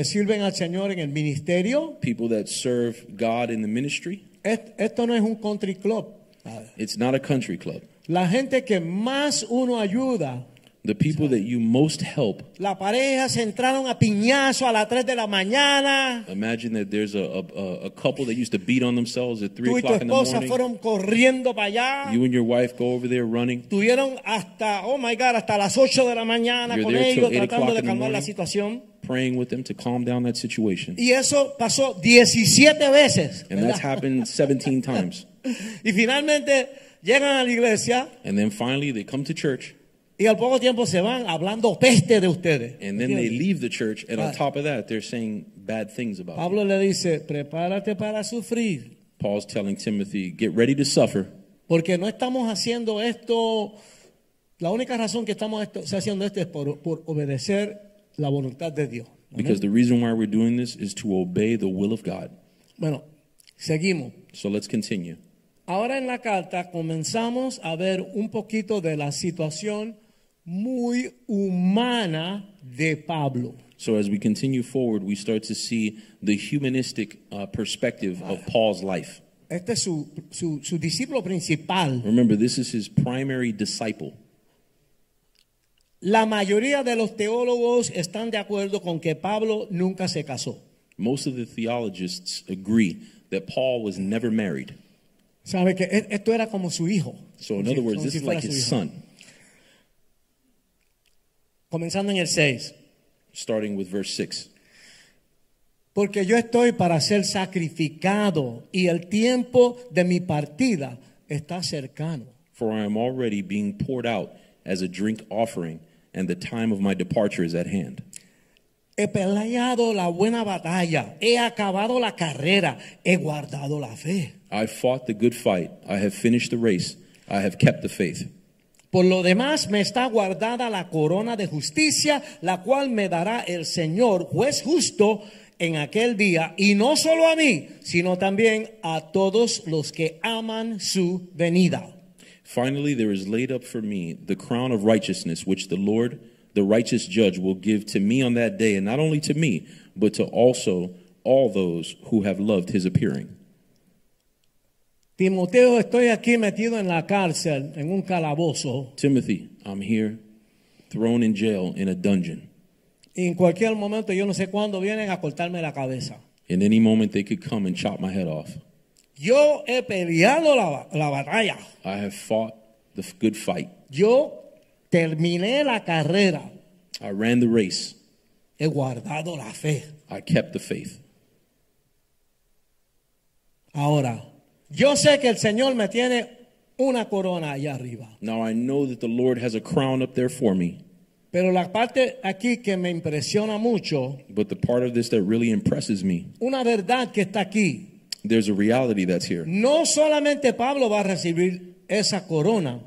C: missionaries,
B: sirven al Señor en el ministerio,
C: people that serve God in the ministry,
B: Et- esto no es un country club. ¿sabe?
C: it's not a country club.
B: La gente que más uno ayuda.
C: The people that you most help
B: La pareja se entraron a piñazo a las 3 de la mañana.
C: Imagine that there's a, a, a- a couple that used to beat on themselves at 3
B: Tú y tu
C: o'clock in the
B: esposa
C: morning.
B: fueron corriendo para allá.
C: You and your wife go over there running.
B: Tuvieron hasta, oh my God, hasta las 8 de la mañana
C: You're
B: con
C: there till
B: ellos
C: 8
B: tratando
C: o'clock
B: de
C: in the
B: calmar la
C: morning.
B: situación.
C: Praying with them to calm down that situation.
B: Y eso pasó 17 veces.
C: And that's
B: ¿verdad?
C: happened 17 times.
B: <laughs> Y finalmente llegan a la iglesia
C: And then finally they come to church
B: y al poco tiempo se van hablando peste de ustedes.
C: and then they
B: ¿Entiendes?
C: leave the church. And on
B: Right.
C: top of that, they're saying bad things about you.
B: Pablo le dice, prepárate para sufrir.
C: Paul's telling Timothy, get ready to suffer.
B: Porque no estamos haciendo esto, la única razón que estamos esto- haciendo esto es por, por obedecer la voluntad de Dios.
C: Because the reason why we're doing this is to obey the will of God.
B: Bueno, seguimos.
C: So let's continue.
B: Ahora en la carta comenzamos a ver un poquito de la situación muy humana de Pablo.
C: So as we continue forward, we start to see the humanistic uh, perspective of Paul's life.
B: Este es su, su- su discípulo principal.
C: Remember, this is his primary disciple.
B: La mayoría de los teólogos están de acuerdo con que Pablo nunca se casó.
C: Most of the theologists agree that Paul was never married.
B: Sabe que e- esto era como su hijo.
C: So, in other words,
B: Como
C: this
B: si
C: is
B: fuera
C: like
B: su
C: his
B: hijo.
C: son,
B: Comenzando en el 6.
C: starting with verse 6.
B: Porque yo estoy para ser sacrificado y el tiempo de mi partida está cercano.
C: For I am already being poured out as a drink offering, and the time of my departure is at hand.
B: He peleado la buena batalla, he acabado la carrera, he guardado la fe.
C: I fought the good fight, I have finished the race, I have kept the faith.
B: Por lo demás me está guardada la corona de justicia, la cual me dará el Señor, juez justo, en aquel día, y no solo a mí, sino también a todos los que aman su venida.
C: Finally, there is laid up for me the crown of righteousness, which the Lord, the righteous judge will give to me on that day, and not only to me, but to also all those who have loved his appearing.
B: Timoteo, estoy aquí metido en la cárcel, en un calabozo,
C: Timothy, I'm here, thrown in jail in a dungeon.
B: y en cualquier momento, yo no sé cuándo, vienen a cortarme la cabeza.
C: In any moment, they could come and chop my head off.
B: Yo he peleado la, ba- la batalla.
C: I have fought the f- good fight.
B: Yo terminé la carrera.
C: I ran the race.
B: He guardado la fe.
C: I kept the faith.
B: Ahora, yo sé que el Señor me tiene una corona allá arriba.
C: Now I know that the Lord has a crown up there for me,
B: Pero la parte aquí que me impresiona mucho,
C: but the part of this that really impresses me,
B: una verdad que está aquí.
C: there's a reality that's here.
B: No solamente Pablo va a recibir esa corona,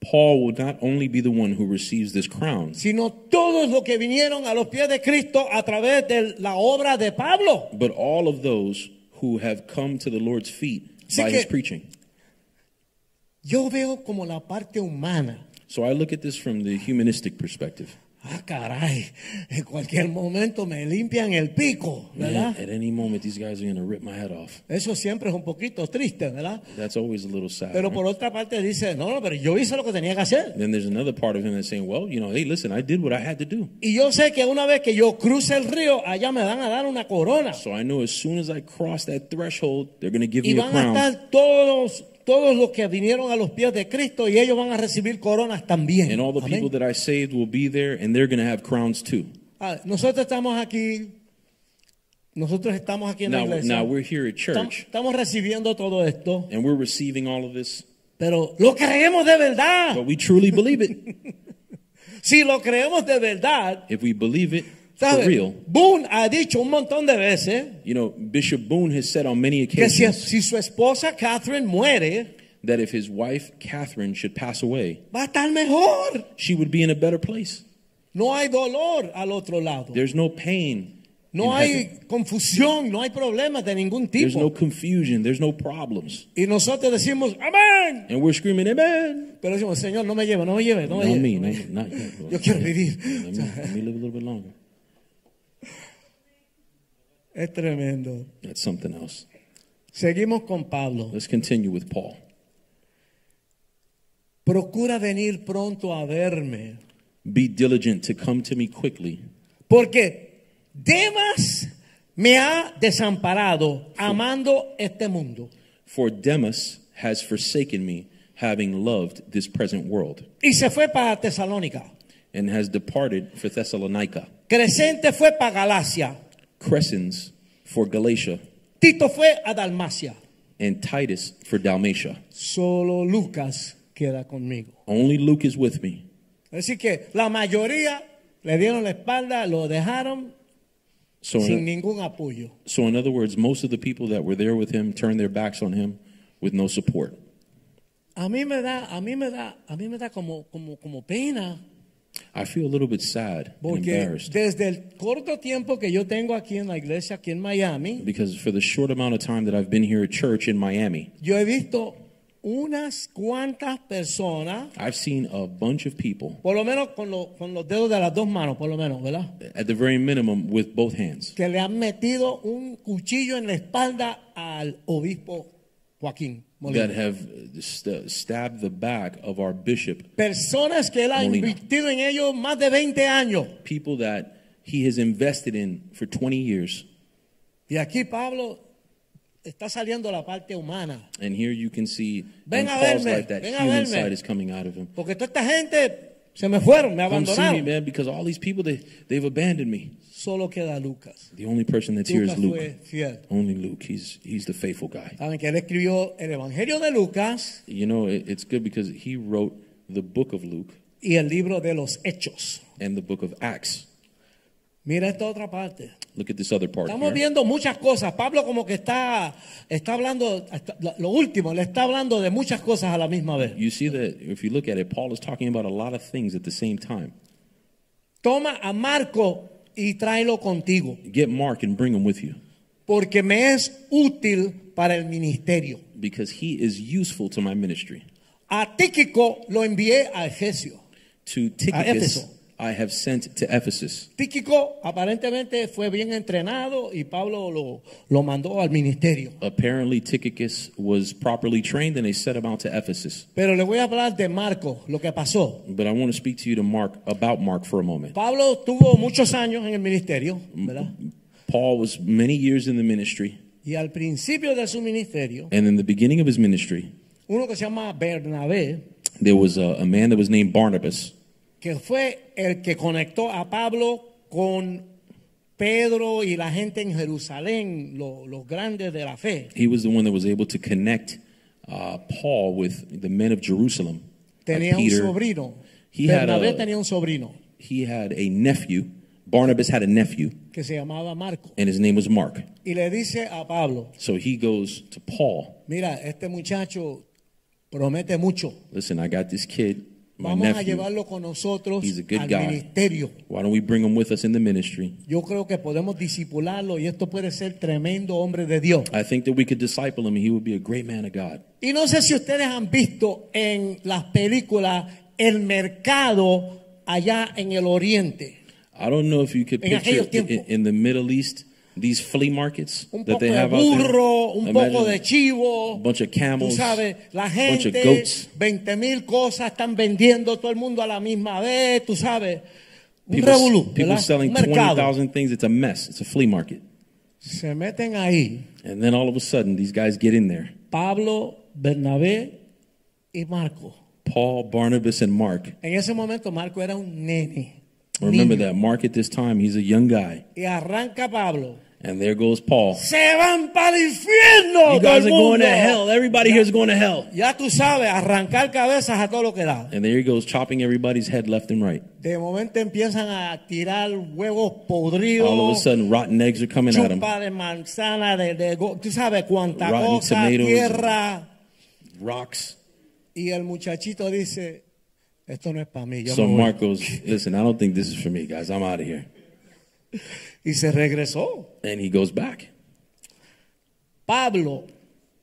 C: Paul will not only be the one who receives this crown,
B: sino todos los que vinieron a los pies de Cristo a través de la obra de Pablo.
C: but all of those who have come to the Lord's feet
B: Así
C: by
B: que-
C: his preaching.
B: Yo veo como la parte humana.
C: So I look at this from the humanistic perspective.
B: Ah, caray, en cualquier momento me limpian el pico, ¿verdad?
C: Man, at any moment, these guys are going to rip my head off.
B: Eso siempre es un poquito triste, ¿verdad?
C: That's always a little sad.
B: Pero
C: huh?
B: por otra parte dice, no, no, pero yo hice lo que tenía que hacer.
C: Then there's another part of him that's saying, well, you know, hey, listen, I did what I had to do.
B: Y yo sé que una vez que yo cruce el río, allá me van a dar una corona.
C: So I know as soon as I cross that threshold, they're going to give
B: Y
C: me a
B: van a
C: crown.
B: estar todos, todos los que vinieron a los pies de Cristo y ellos van a recibir coronas también.
C: And all the
B: Amén.
C: people that I saved will be there, and they're going to have crowns too.
B: Ah, Nosotros estamos aquí, nosotros estamos aquí en
C: Now,
B: la iglesia.
C: now we're here at
B: estamos,
C: church,
B: estamos recibiendo todo esto,
C: and we're receiving all of this,
B: pero lo creemos de verdad.
C: but we truly
B: <laughs>
C: believe it.
B: Si lo creemos de verdad,
C: If we believe it for
B: ¿sabes?
C: real,
B: Boone ha dicho un montón de veces
C: you know, Bishop Boone has said on many
B: que si,
C: occasions
B: si su esposa Catherine muere,
C: that if his wife Catherine should pass away,
B: va a estar mejor.
C: she would be in a better place.
B: No hay dolor al otro lado.
C: There's no pain.
B: No
C: in
B: hay
C: heaven.
B: confusión, no hay problemas de ningún
C: There's no
B: tipo.
C: confusion. There's no problems.
B: Y nosotros decimos, amén.
C: And we're screaming, Amen.
B: Pero decimos, Señor, no me lleve, no me lleve, no me
C: Not
B: lleve.
C: me, not, not yet. Lord.
B: Yo quiero vivir.
C: Let me, let me live a little bit longer.
B: Es tremendo.
C: That's something else.
B: Seguimos con Pablo.
C: Let's continue with Paul.
B: Procura venir pronto a verme.
C: Be diligent to come to me quickly,
B: Porque Demas me ha desamparado amando este mundo.
C: for Demas has forsaken me, having loved this present world,
B: Y se fue para Tesalónica.
C: and has departed for Thessalonica.
B: Crescente fue para Galacia.
C: Crescens for Galatia,
B: Tito fue a Dalmacia.
C: and Titus for Dalmatia.
B: Solo Lucas queda conmigo.
C: Only Luke is with me.
B: Así que la mayoría le dieron la espalda, lo dejaron
C: So
B: sin
C: in,
B: ningún apoyo.
C: so, in other words, most of the people that were there with him turned their backs on him with no support.
B: A mí me da, a mí me da, a mí me da como, como, como pena.
C: I feel a little bit sad and
B: Porque
C: embarrassed
B: desde el corto tiempo que yo tengo aquí en la iglesia, aquí en Miami,
C: because for the short amount of time that I've been here at church in Miami,
B: yo he visto unas cuantas personas,
C: I've seen a bunch of people,
B: por lo menos con, lo- con los dedos de las dos manos, por lo menos, ¿verdad?
C: at the very minimum, with both hands.
B: Que le han metido un cuchillo en la espalda al obispo Joaquín Molina.
C: that have uh, st- stabbed the back of our bishop,
B: Personas que él ha
C: Molina.
B: invertido en ellos más de 20 años.
C: people that he has invested in for 20 years.
B: Y aquí Pablo está saliendo la parte humana.
C: And here you can see
B: Ven
C: in
B: a
C: Paul's
B: verme,
C: life that
B: ven a
C: human
B: verme.
C: side is coming out of him.
B: Porque toda esta gente se me fueron, me
C: Come see me,
B: abandonaron.
C: man, because all these people, they, they've abandoned me.
B: Solo queda Lucas.
C: The only person that's here
B: Lucas
C: is
B: fue
C: Luke.
B: fiel.
C: Only Luke. He's, he's the faithful guy.
B: Saben que él escribió el Evangelio de Lucas
C: You know, it, it's good because he wrote the book of Luke
B: y el libro de los Hechos.
C: and the book of Acts.
B: Mira esta otra parte.
C: Look at this other part.
B: Estamos
C: here.
B: viendo muchas cosas. Pablo como que está, está hablando, está- lo- lo último, le está hablando de muchas cosas a la misma vez.
C: You see that if you look at it, Paul is talking about a lot of things at the same time.
B: Toma a Marco y tráelo contigo,
C: Get Mark and bring him with you.
B: porque me es útil para el ministerio.
C: because he is useful to my ministry.
B: A Tíquico lo envié a Efesio.
C: To
B: A
C: Tychicus,
B: Ah, Ephesus.
C: I have sent to Ephesus.
B: Tíquico aparentemente fue bien entrenado y Pablo lo, lo mandó al ministerio.
C: Apparently, Tychicus was properly trained and they set him out to Ephesus.
B: Pero le voy a hablar de Marco, lo que pasó.
C: But I want to speak to you to Mark about Mark for a moment.
B: Pablo tuvo muchos años en el ministerio, ¿verdad?
C: Paul was many years in the ministry,
B: Y al principio de su ministerio,
C: and in the beginning of his ministry,
B: uno que se llama Bernabé,
C: there was a, a man that was named Barnabas.
B: que fue el que conectó a Pablo con Pedro y la gente en Jerusalén, lo- los grandes de la fe.
C: He was the one that was able to connect uh, Paul with the men of Jerusalem. like
B: Tenía un
C: Peter.
B: sobrino.
C: He had
B: Bernabé
C: a-
B: tenía un sobrino
C: He had a nephew. Barnabas had a nephew,
B: que se llamaba Marco.
C: and his name was Mark.
B: Y le dice a Pablo,
C: So he goes to Paul.
B: mira, este muchacho promete mucho.
C: Listen, I got this kid, my
B: Vamos a
C: nephew.
B: llevarlo con nosotros
C: He's a good
B: al
C: guy.
B: ministerio.
C: Why don't we bring him with us in the ministry?
B: Yo creo que podemos disipularlo y esto puede ser tremendo hombre de Dios.
C: I think that we could disciple him, and he would be a great man of God.
B: Y no sé si ustedes han visto en las películas el mercado allá en el oriente.
C: I don't know if you
B: <laughs>
C: could
B: En
C: picture
B: aquellos tiempos.
C: in, in the Middle East these flea markets
B: Un
C: that
B: poco
C: they
B: de
C: have out there.
B: burro, un poco
C: Imagine
B: de chivo.
C: a bunch of camels,
B: Tú sabes, la
C: bunch of
B: gente,
C: goats.
B: 20 mil cosas están vendiendo todo el mundo a la misma vez, tú sabes. Un
C: People,
B: revolú,
C: people
B: ¿verdad?
C: selling
B: Un mercado.
C: 20,000 things. It's a mess. It's a flea market.
B: Se meten ahí
C: And then all of a sudden, these guys get in there.
B: Pablo, Bernabé y Marco.
C: Paul, Barnabas, and Mark.
B: En ese momento Marco era un nene.
C: Remember
B: niño.
C: that. Mark at this time, he's a young guy.
B: Y arranca Pablo.
C: And there goes Paul.
B: Se van para el infierno. todo el
C: You guys are going
B: mundo.
C: to hell. Everybody here's going to hell.
B: Ya tú sabes, arrancar cabezas a todo lo que da.
C: And there he goes, chopping everybody's head left and right.
B: De momento empiezan a tirar huevos podridos.
C: All of a sudden, rotten eggs are coming at him.
B: chupa de manzana, de, de go- tú sabes cuánta
C: Rotten
B: cosa,
C: tomatoes.
B: tierra.
C: Rocks.
B: Y el muchachito dice, esto no es para mí. Yo
C: So
B: me voy".
C: Mark goes, listen, I don't think this is for me, guys. I'm out of here.
B: Y se regresó.
C: And he goes back.
B: Pablo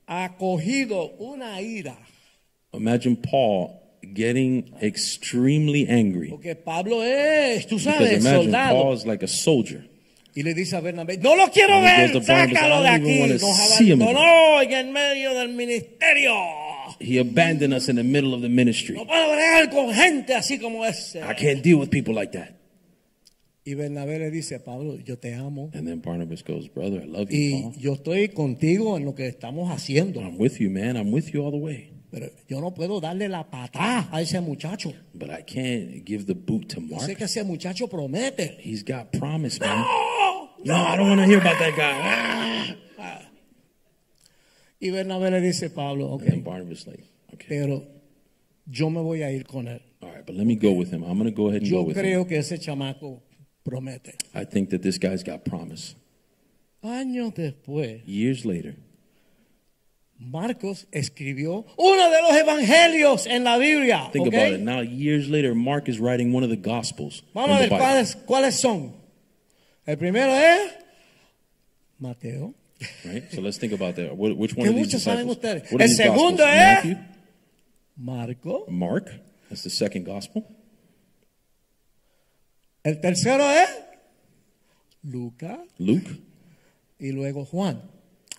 B: ha cogido una ira,
C: Imagine Paul getting extremely angry.
B: porque Pablo es, tú
C: Because
B: sabes,
C: imagine Paul
B: Oh, soldado.
C: is like a soldier.
B: Y le dice a Bernabé, no lo quiero
C: And he goes
B: ver,
C: to Barnabas,
B: sácalo
C: "I
B: de
C: don't even
B: aquí.
C: wanna
B: Nos
C: see him
B: abandonó en el medio del ministerio.
C: He abandoned us in the middle of the
B: No
C: ministry.
B: puedo bregar con gente así como ese.
C: I can't deal with people like that.
B: Y Bernabé le dice, Pablo, yo te amo.
C: And then Barnabas goes, brother, I love you,
B: Y
C: Paul.
B: yo estoy contigo en lo que estamos haciendo.
C: I'm with you, man. I'm with you all the way.
B: Pero yo no puedo darle la patada a ese muchacho.
C: But I can't give the boot to
B: Yo
C: Mark.
B: sé que ese muchacho promete.
C: He's got promise, man. No, I don't want to hear about that guy. Ah.
B: Y Bernabé le dice, Pablo, ok,
C: And Barnabas like, okay,
B: pero yo me voy a ir con él.
C: all right, but let me go with him. I'm gonna go ahead and go
B: Yo
C: with him.
B: creo que ese chamaco promete.
C: I think that this guy's got promise.
B: Años después,
C: Years later,
B: Marcos escribió uno de los evangelios en la Biblia.
C: think
B: ¿ok?
C: about it. Now, years later, Mark is writing one of the gospels.
B: Vamos a
C: in
B: ver
C: the Bible.
B: cuáles, cuáles son. El primero es Mateo.
C: Right. So let's think about that. Wh- Which one
B: Que
C: of these
B: muchos saben
C: disciples?
B: ustedes.
C: What are
B: El
C: these
B: segundo eh?
C: gospels?
B: es-
C: Matthew,
B: Marco.
C: Mark. That's the second gospel.
B: El tercero es Lucas
C: Luke
B: y luego Juan.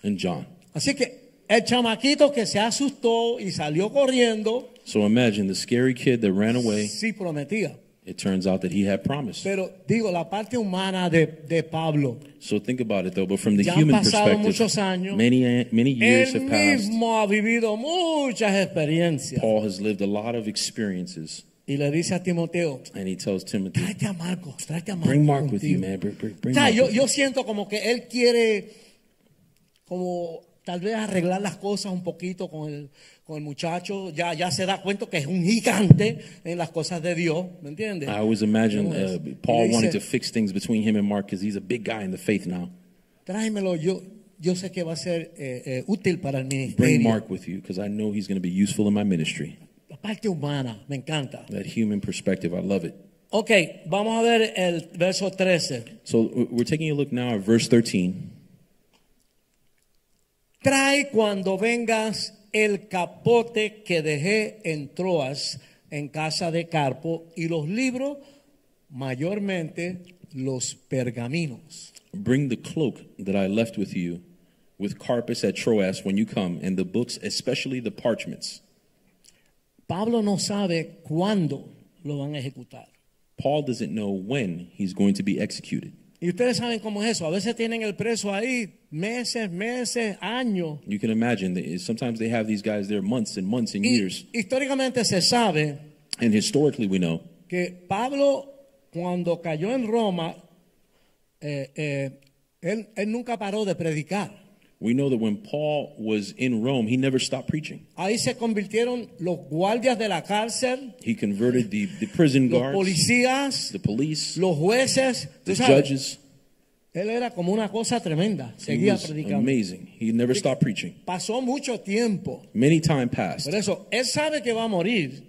C: and John.
B: Así que el chamaquito que se asustó y salió corriendo,
C: So imagine the scary kid that ran away.
B: sí prometía.
C: It turns out that he had promise.
B: Pero digo, la parte humana de, de Pablo,
C: So think about it though, but from the
B: Ya han
C: human
B: pasado
C: perspective,
B: muchos años.
C: many many years
B: él
C: have passed.
B: mismo ha vivido muchas experiencias.
C: Paul has lived a lot of experiences,
B: Y le dice a Timoteo,
C: and he tells Timothy,
B: tráete a Marcos, tráete a Marcos.
C: "Bring Mark with you,
B: contigo".
C: man. Bring, bring, bring
B: O sea,
C: Mark
B: yo,
C: with you."
B: yo siento como que él quiere, como tal vez arreglar las cosas un poquito con el, con el muchacho. Ya, ya se da cuenta que es un gigante en las cosas de Dios, ¿me entiendes?
C: I always imagine
B: Entonces,
C: uh,
B: y le
C: Paul
B: dice,
C: wanted to fix things between him and Mark because he's a big guy in the faith now.
B: Tráemelo, yo, yo sé que va a ser eh, eh, útil para el
C: Bring
B: ministerio.
C: Mark with you because I know he's going to be useful in my ministry.
B: La parte humana, me encanta.
C: That human perspective, I love it.
B: Ok, vamos a ver el verso 13.
C: So w- we're taking a look now at verse 13.
B: Trae cuando vengas el capote que dejé en Troas, en casa de Carpo, y los libros mayormente los pergaminos.
C: Bring the cloak that I left with you with Carpus at Troas when you come, and the books, especially the parchments.
B: Pablo no sabe cuándo lo van a ejecutar.
C: Paul doesn't know when he's going to be executed.
B: Y ustedes saben cómo es eso. A veces tienen el preso ahí meses, meses, años.
C: You can imagine that sometimes they have these guys there months and months and
B: Y
C: years.
B: históricamente se sabe
C: And historically, we know
B: que Pablo, cuando cayó en Roma, eh, eh, él, él nunca paró de predicar.
C: we know that when Paul was in Rome, he never stopped preaching.
B: Ahí se convirtieron los guardias de la cárcel,
C: He converted the, the prison
B: los
C: guards,
B: policías,
C: the police,
B: los jueces. Tú
C: the
B: sabes,
C: judges.
B: él era como una cosa tremenda.
C: He
B: Seguía
C: was
B: predicando.
C: amazing. He never stopped preaching.
B: Pasó mucho tiempo.
C: Many time passed.
B: Por eso, él sabe que va a morir,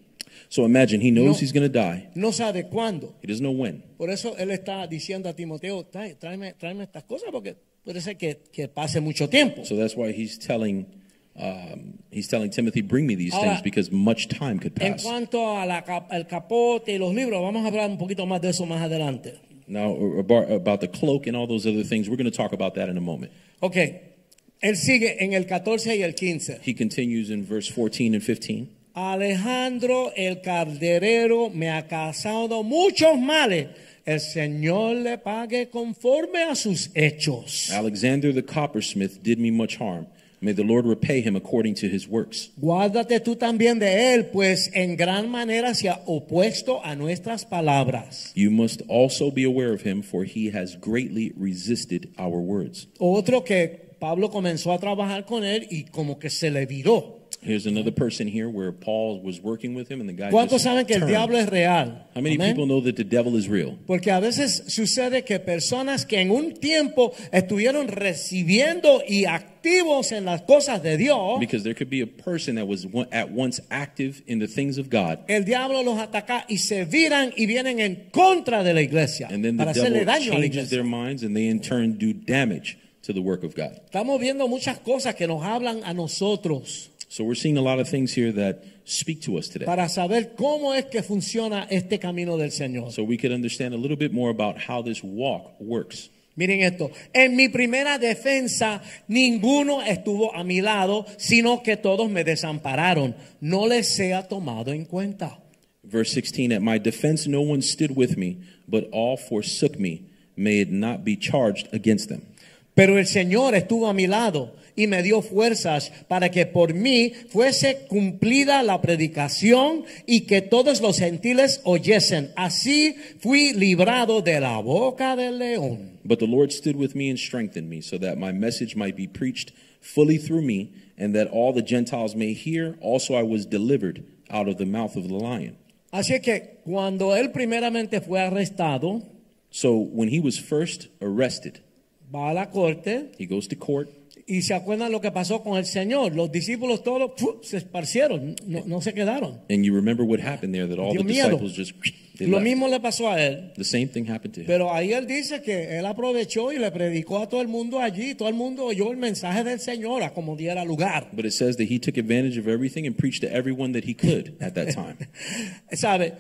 C: So imagine he knows
B: No.
C: he's going to die.
B: no sabe cuándo.
C: He doesn't know when.
B: Por eso él está diciendo a Timoteo, "Trae- tráeme, tráeme estas cosas porque puede ser que, que pase mucho tiempo.
C: So that's why he's telling um, he's telling Timothy, bring me these
B: Ahora-
C: things because much time could
B: En
C: pass.
B: cuanto a la cap- al capote y los libros, vamos a hablar un poquito más de eso más adelante.
C: Now about, about the cloak and all those other things, we're going to talk about that in a moment.
B: Ok, él sigue en el 14 y el 15.
C: He continues in verse 14 and 15.
B: Alejandro el carderero me ha causado muchos males. El Señor le pague conforme a sus hechos.
C: Ah. Alexander the coppersmith did me much harm. May the Lord repay him according to his works.
B: Guárdate tú también de él, pues en gran manera se ha opuesto a nuestras palabras.
C: You must also be aware of him, for he has greatly resisted our words.
B: Otro que Pablo comenzó a trabajar con él y como que se le viró.
C: Here's another person here where Paul was working with him, and the guy.
B: ¿Cuántos
C: just
B: saben que el
C: turned.
B: diablo es real?
C: How many
B: Amén.
C: people know that the devil is real?
B: Porque a veces sucede que personas que en un tiempo estuvieron recibiendo y activos en las cosas de Dios,
C: Because there could be a person that was one, at once active in the things of God,
B: el diablo los ataca y se viran y vienen en contra de la iglesia
C: and then the
B: para hacerle
C: devil
B: daño a la
C: changes
B: iglesia.
C: their minds, and they in turn do damage to the work of God.
B: Estamos viendo muchas cosas que nos hablan a nosotros
C: So we're seeing a lot of things here that speak to us today.
B: para saber cómo es que funciona este camino del Señor.
C: So we could understand a little bit more about how this walk works.
B: Miren esto, en mi primera defensa ninguno estuvo a mi lado, sino que todos me desampararon. No les sea tomado en cuenta.
C: Verse 16 At my defense, no one stood with me, but all forsook me. May it not be charged against them.
B: Pero el Señor estuvo a mi lado y me dio fuerzas para que por mí fuese cumplida la predicación y que todos los gentiles oyesen. Así fui librado de la boca del león.
C: But the Lord stood with me and strengthened me, so that my message might be preached fully through me, and that all the Gentiles may hear. Also, I was delivered out of the mouth of the lion.
B: Así que cuando él primeramente fue arrestado,
C: So, when he was first arrested,
B: va a la corte.
C: he goes to court,
B: Y se acuerdan lo que pasó con el Señor. Los discípulos todos ¡puf! se esparcieron, no, no se quedaron.
C: and you remember what happened there that all
B: Dio
C: the
B: miedo.
C: disciples just. <laughs> they
B: Lo
C: left.
B: mismo le pasó a él.
C: The same thing happened to him.
B: Pero ahí él dice que él aprovechó y le predicó a todo el mundo allí. Todo el mundo oyó el mensaje del Señor a como diera lugar.
C: But it says that he took advantage of everything and preached to everyone that he could at
B: <laughs>
C: that time.
B: ¿Sabe?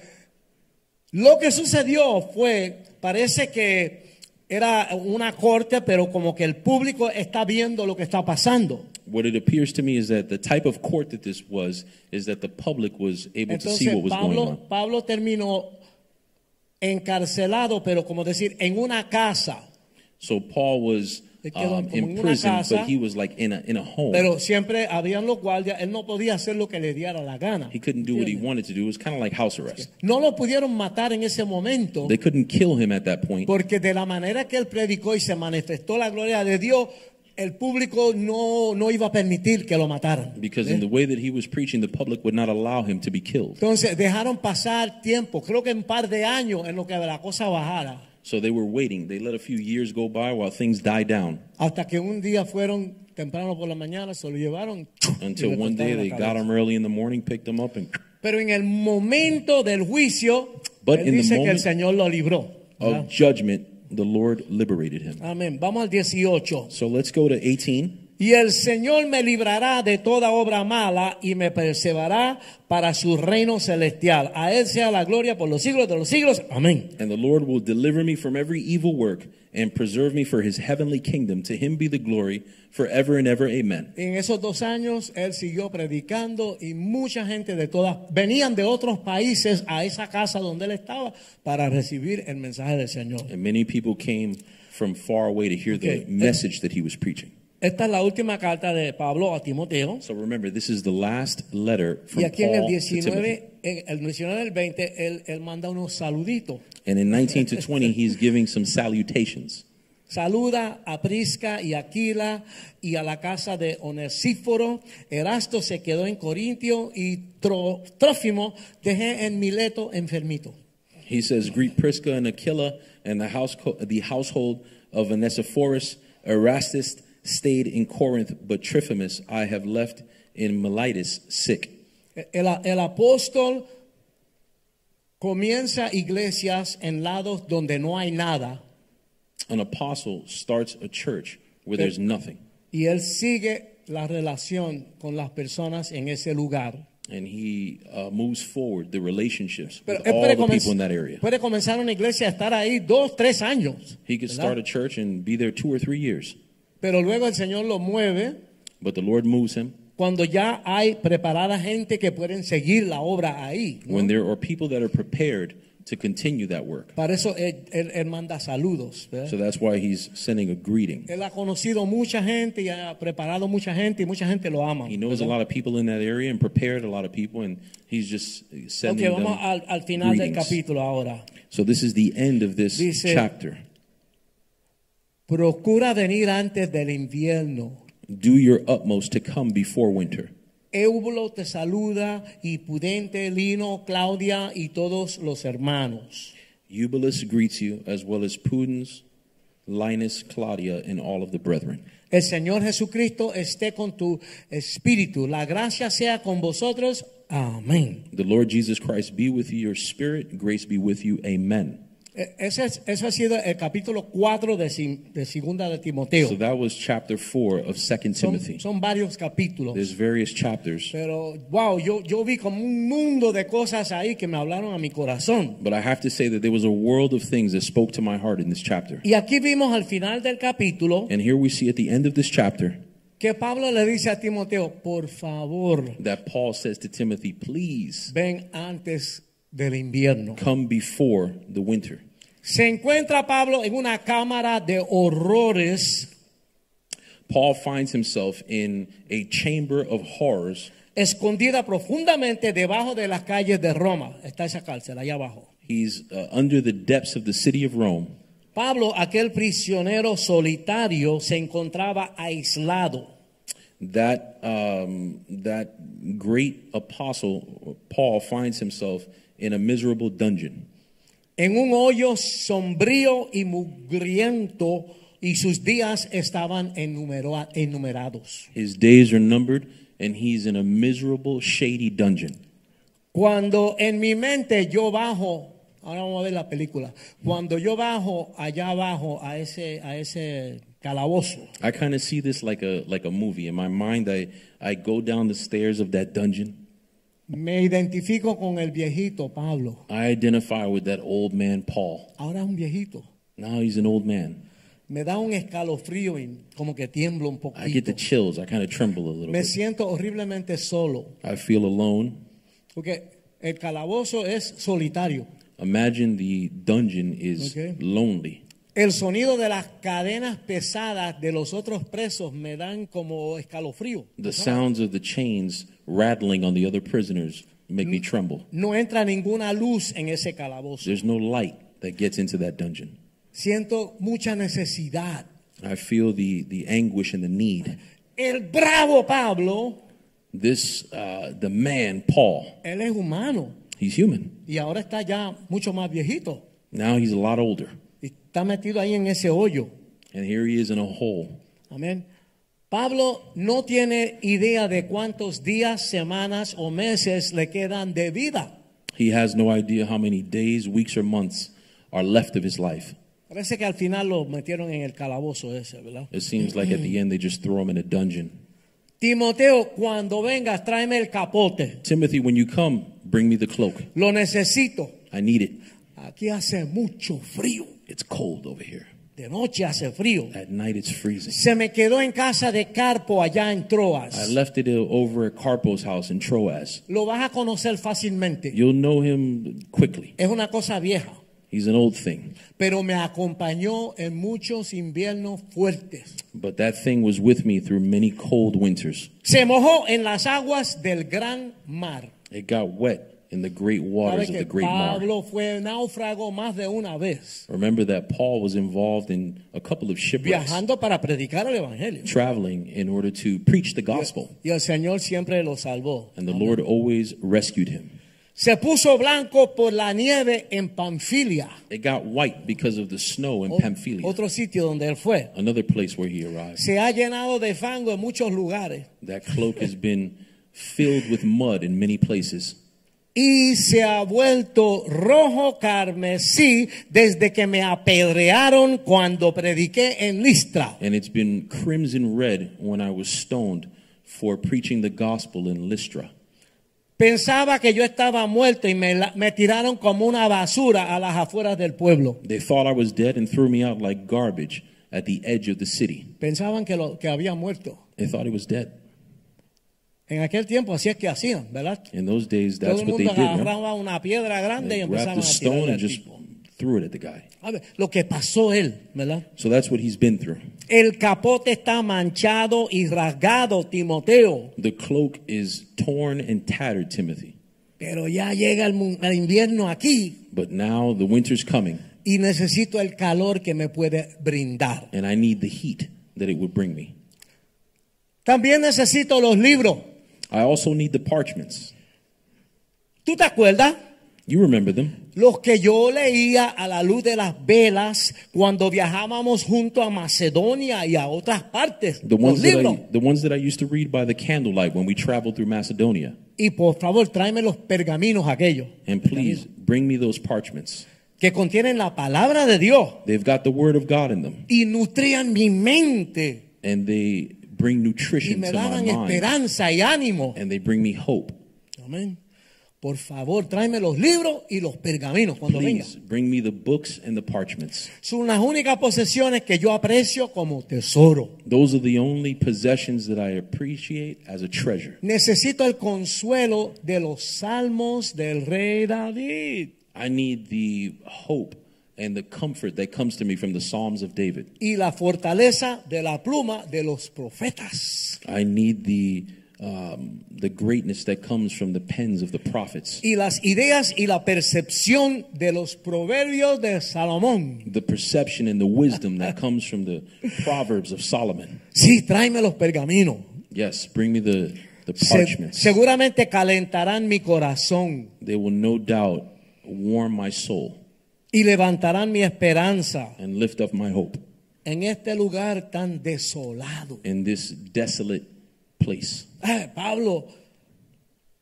B: Lo que sucedió fue, parece que era una corte, pero como que el público está viendo lo que está pasando.
C: What it appears to me is that the type of court that this was is that the public was able to see
B: Entonces
C: what was going on.
B: Pablo, Pablo terminó encarcelado, pero como decir, en una casa.
C: So Paul was
B: Él quedó
C: um,
B: como en
C: in
B: una
C: prison,
B: casa.
C: but he was like in a in a home.
B: Pero siempre habían los guardias, él no podía hacer lo que le diera la gana.
C: he couldn't do what he wanted to do. It was kind of like house arrest.
B: No lo pudieron matar en ese momento
C: They couldn't kill him at that point
B: porque de la manera que él predicó y se manifestó la gloria de Dios, el público no, no iba a permitir que lo mataran.
C: because in the way that he was preaching, the public would not allow him to be killed.
B: Entonces dejaron pasar tiempo, creo que un par de años en lo que la cosa bajara,
C: So they were waiting. They let a few years go by while things die down
B: hasta que un día fueron temprano por la mañana, se lo llevaron. y
C: until
B: le
C: one day
B: cortaron la
C: they got
B: cabeza.
C: him early in the morning, picked him up, and
B: Pero en el momento del juicio,
C: But
B: él
C: in the
B: dice que el
C: moment-
B: Señor lo libró. ¿verdad?
C: of judgment, the Lord liberated him.
B: Amén. Vamos al 18.
C: So let's go to 18.
B: Y el Señor me librará de toda obra mala y me perseverará para su reino celestial. A Él sea la gloria por los siglos de los siglos. Amén.
C: And the Lord will deliver me from every evil work and preserve me for his heavenly kingdom. To him be the glory forever and ever. Amen.
B: En esos dos años Él siguió predicando y mucha gente de todas venían de otros países a esa casa donde Él estaba para recibir el mensaje del Señor.
C: And many people came from far away to hear
B: Okay.
C: the message that he was preaching.
B: Esta es la última carta de Pablo a Timoteo.
C: So remember, this is the last letter from
B: Y aquí en el
C: Paul to Timothy.
B: 19, en el 19 del 20, él, él manda unos saluditos.
C: And in 19 to 20, he's giving some salutations.
B: Saluda a Prisca y Aquila y a la casa de Onesíforo. Erasto se quedó en Corintio y Tro- Trófimo dejé en Mileto enfermito.
C: He says, Greet Prisca and Aquila and the, house the household of Onesiphorus. Erastus stayed in Corinth, but Trophimus I have left in Miletus sick.
B: El, el apóstol comienza iglesias en lados donde no hay nada
C: An apostle starts a church where there's nothing,
B: y él sigue la relación con las personas en ese lugar.
C: and he uh, moves forward the relationships
B: Pero
C: with
B: él puede,
C: all the
B: comenz-
C: people in that area.
B: puede comenzar una iglesia, estar ahí dos, tres años.
C: He could
B: ¿verdad?
C: start a church and be there two or three years,
B: Pero luego el Señor lo mueve
C: but the Lord moves him
B: cuando ya hay preparada gente que pueden seguir la obra ahí. ¿no?
C: when there are people that are prepared to continue that work.
B: Para eso él, él- él manda saludos. ¿verdad?
C: So that's why he's sending a greeting.
B: Él ha conocido mucha gente y ha preparado mucha gente y mucha gente lo ama.
C: He knows a lot of people in that area and prepared a lot of people, and he's just
B: Ok,
C: sending them
B: vamos al, al final del
C: greetings.
B: capítulo ahora.
C: So this is the end of this
B: Dice-
C: chapter.
B: Procura venir antes del invierno.
C: Do your utmost to come before winter.
B: Eubulo te saluda y Pudente, Lino, Claudia y todos los hermanos.
C: Eubulus greets you, as well as Pudens, Linus, Claudia, and all of the brethren.
B: El Señor Jesucristo esté con tu espíritu. La gracia sea con vosotros. Amén.
C: The Lord Jesus Christ be with you, your spirit, grace be with you. Amen.
B: E- Ese, es- ese ha sido el capítulo 4 de, Sim- de Segunda de Timoteo.
C: So that was chapter 4 of 2
B: Son,
C: Timothy.
B: son varios capítulos.
C: There's various chapters,
B: Pero, wow, yo, yo vi como un mundo de cosas ahí que me hablaron a mi corazón.
C: but I have to say that there was a world of things that spoke to my heart in this chapter.
B: Y aquí vimos al final del capítulo
C: And here we see at the end of this chapter
B: que Pablo le dice a Timoteo, por favor,
C: that Paul says to Timothy, please
B: ven antes del invierno.
C: come before the winter.
B: Se encuentra Pablo en una cámara de horrores.
C: Paul finds himself in a chamber of horrors.
B: escondida profundamente debajo de las calles de Roma. Está esa cárcel allá abajo.
C: He's uh, under the depths of the city of Rome.
B: Pablo, aquel prisionero solitario, se encontraba aislado.
C: That, um, that great apostle, Paul, finds himself in a miserable dungeon.
B: En un hoyo sombrío y mugriento, y sus días estaban enumero- enumerados.
C: His days are numbered, and he's in a miserable, shady dungeon.
B: Cuando en mi mente yo bajo, ahora vamos a ver la película, cuando yo bajo allá abajo a ese, a ese calabozo,
C: I kind of see this like a like a movie. In my mind, I, I go down the stairs of that dungeon.
B: me identifico con el viejito Pablo.
C: I identify with that old man Paul.
B: Ahora es un viejito.
C: Now he's an old man.
B: Me da un escalofrío y como que tiemblo un
C: I get the
B: poquito.
C: chills. I kind of tremble a little
B: Me
C: bit.
B: siento horriblemente solo.
C: I feel alone.
B: Porque el calabozo es solitario.
C: Imagine the dungeon is
B: Okay.
C: lonely.
B: El sonido de las cadenas pesadas de los otros presos me dan como escalofrío.
C: The sounds of the chains rattling on the other prisoners make me tremble.
B: No entra ninguna luz en ese calabozo.
C: There's no light that gets into that dungeon.
B: Siento mucha necesidad.
C: I feel the the anguish and the need.
B: El bravo Pablo,
C: This uh, the man Paul.
B: él es humano
C: He's human.
B: y ahora está ya mucho más viejito.
C: Now he's a lot older,
B: Y está metido ahí en ese hoyo.
C: and here he is in a hole.
B: Amén. Pablo no tiene idea de cuántos días, semanas o meses le quedan de vida.
C: He has no idea how many days, weeks, or months are left of his life.
B: Parece que al final lo metieron en el calabozo ese, ¿verdad?
C: It seems like at the end they just throw him in a dungeon.
B: Timoteo, cuando vengas, tráeme el capote.
C: Timothy, when you come, bring me the cloak.
B: Lo necesito.
C: I need it.
B: Aquí hace mucho frío.
C: It's cold over here.
B: De noche hace frío.
C: At night it's freezing.
B: Se me quedó en casa de Carpo allá en
C: I
B: Troas.
C: left it uh, over at Carpo's house in Troas.
B: Lo vas a conocer fácilmente.
C: You'll know him quickly.
B: Es una cosa vieja.
C: He's an old thing.
B: Pero me acompañó en muchos inviernos fuertes.
C: But that thing was with me through many cold winters.
B: Se mojó en las aguas del gran mar.
C: It got wet in the great
B: Sabe
C: waters of
B: que
C: the great mar.
B: Pablo fue náufrago más de una vez.
C: Remember that Paul was involved in a couple of shipwrecks,
B: Viajando para predicar el evangelio.
C: traveling in order to preach the gospel,
B: Y el Señor siempre lo salvó.
C: and the Lord always rescued him.
B: Se puso blanco por la nieve en Panfilia,
C: It got white because of the snow in
B: o-
C: Pamphylia,
B: otro sitio donde él fue.
C: another place where he arrived.
B: Se ha llenado de fango en muchos lugares
C: That cloak has been filled with mud in many places,
B: y se ha vuelto rojo carmesí desde que me apedrearon cuando prediqué en Listra.
C: and it's been crimson red when I was stoned for preaching the gospel in Lystra.
B: Pensaba que yo estaba muerto y me, la- me tiraron como una basura a las afueras del pueblo.
C: They thought I was dead and threw me out like garbage at the edge of the city.
B: Pensaban que, lo, que había muerto.
C: They thought he was dead.
B: En aquel tiempo así es que hacían, ¿verdad?
C: In those days, that's
B: Todo el
C: what they
B: mundo
C: did. man.
B: agarraba una piedra grande y
C: They grabbed
B: empezaban
C: the
B: a
C: stone
B: tirarle
C: and
B: al
C: just
B: tipo.
C: threw it at the guy.
B: A ver, lo que pasó él, ¿verdad?
C: So that's what he's been through.
B: El capote está manchado y rasgado, Timoteo.
C: The cloak is torn and tattered, Timothy.
B: Pero ya llega el, mu- el invierno aquí
C: But now the winter's coming,
B: y necesito el calor que me puede brindar.
C: and I need the heat that it would bring me.
B: También necesito los libros.
C: I also need the parchments.
B: ¿Tú te acuerdas?
C: You remember them.
B: Los que yo leía a la luz de las velas cuando viajábamos junto a Macedonia y a otras partes.
C: The
B: los
C: ones, that
B: libros.
C: I, the ones that I used to read by the candlelight when we traveled through Macedonia.
B: Y por favor, tráeme los pergaminos aquellos
C: And please bring me those parchments.
B: que contienen la palabra de Dios
C: They've got the word of God in them,
B: y nutrían mi mente.
C: and they bring
B: y
C: nutrition
B: me
C: to my
B: daban
C: mind,
B: esperanza y ánimo.
C: and they bring me hope.
B: Amén. Por favor, tráeme los libros y los pergaminos cuando venga.
C: Please bring me the books and the parchments.
B: Son las únicas posesiones que yo aprecio como tesoro.
C: Those are the only possessions that I appreciate as a treasure.
B: Necesito el consuelo de los salmos del rey David.
C: I need the hope and the comfort that comes to me from the Psalms of David.
B: Y la fortaleza de la pluma de los profetas.
C: I need the um, the greatness that comes from the pens of the prophets,
B: Y las ideas y la percepción de los proverbios de Salomón.
C: the perception and the wisdom that comes from the proverbs of Solomon.
B: Sí, tráeme los pergaminos.
C: Yes, bring me the the
B: Se-
C: parchments.
B: seguramente calentarán mi corazón.
C: They will no doubt warm my soul
B: y levantarán mi esperanza
C: and lift up my hope
B: en este lugar tan desolado.
C: in this desolate place.
B: Ah, Pablo,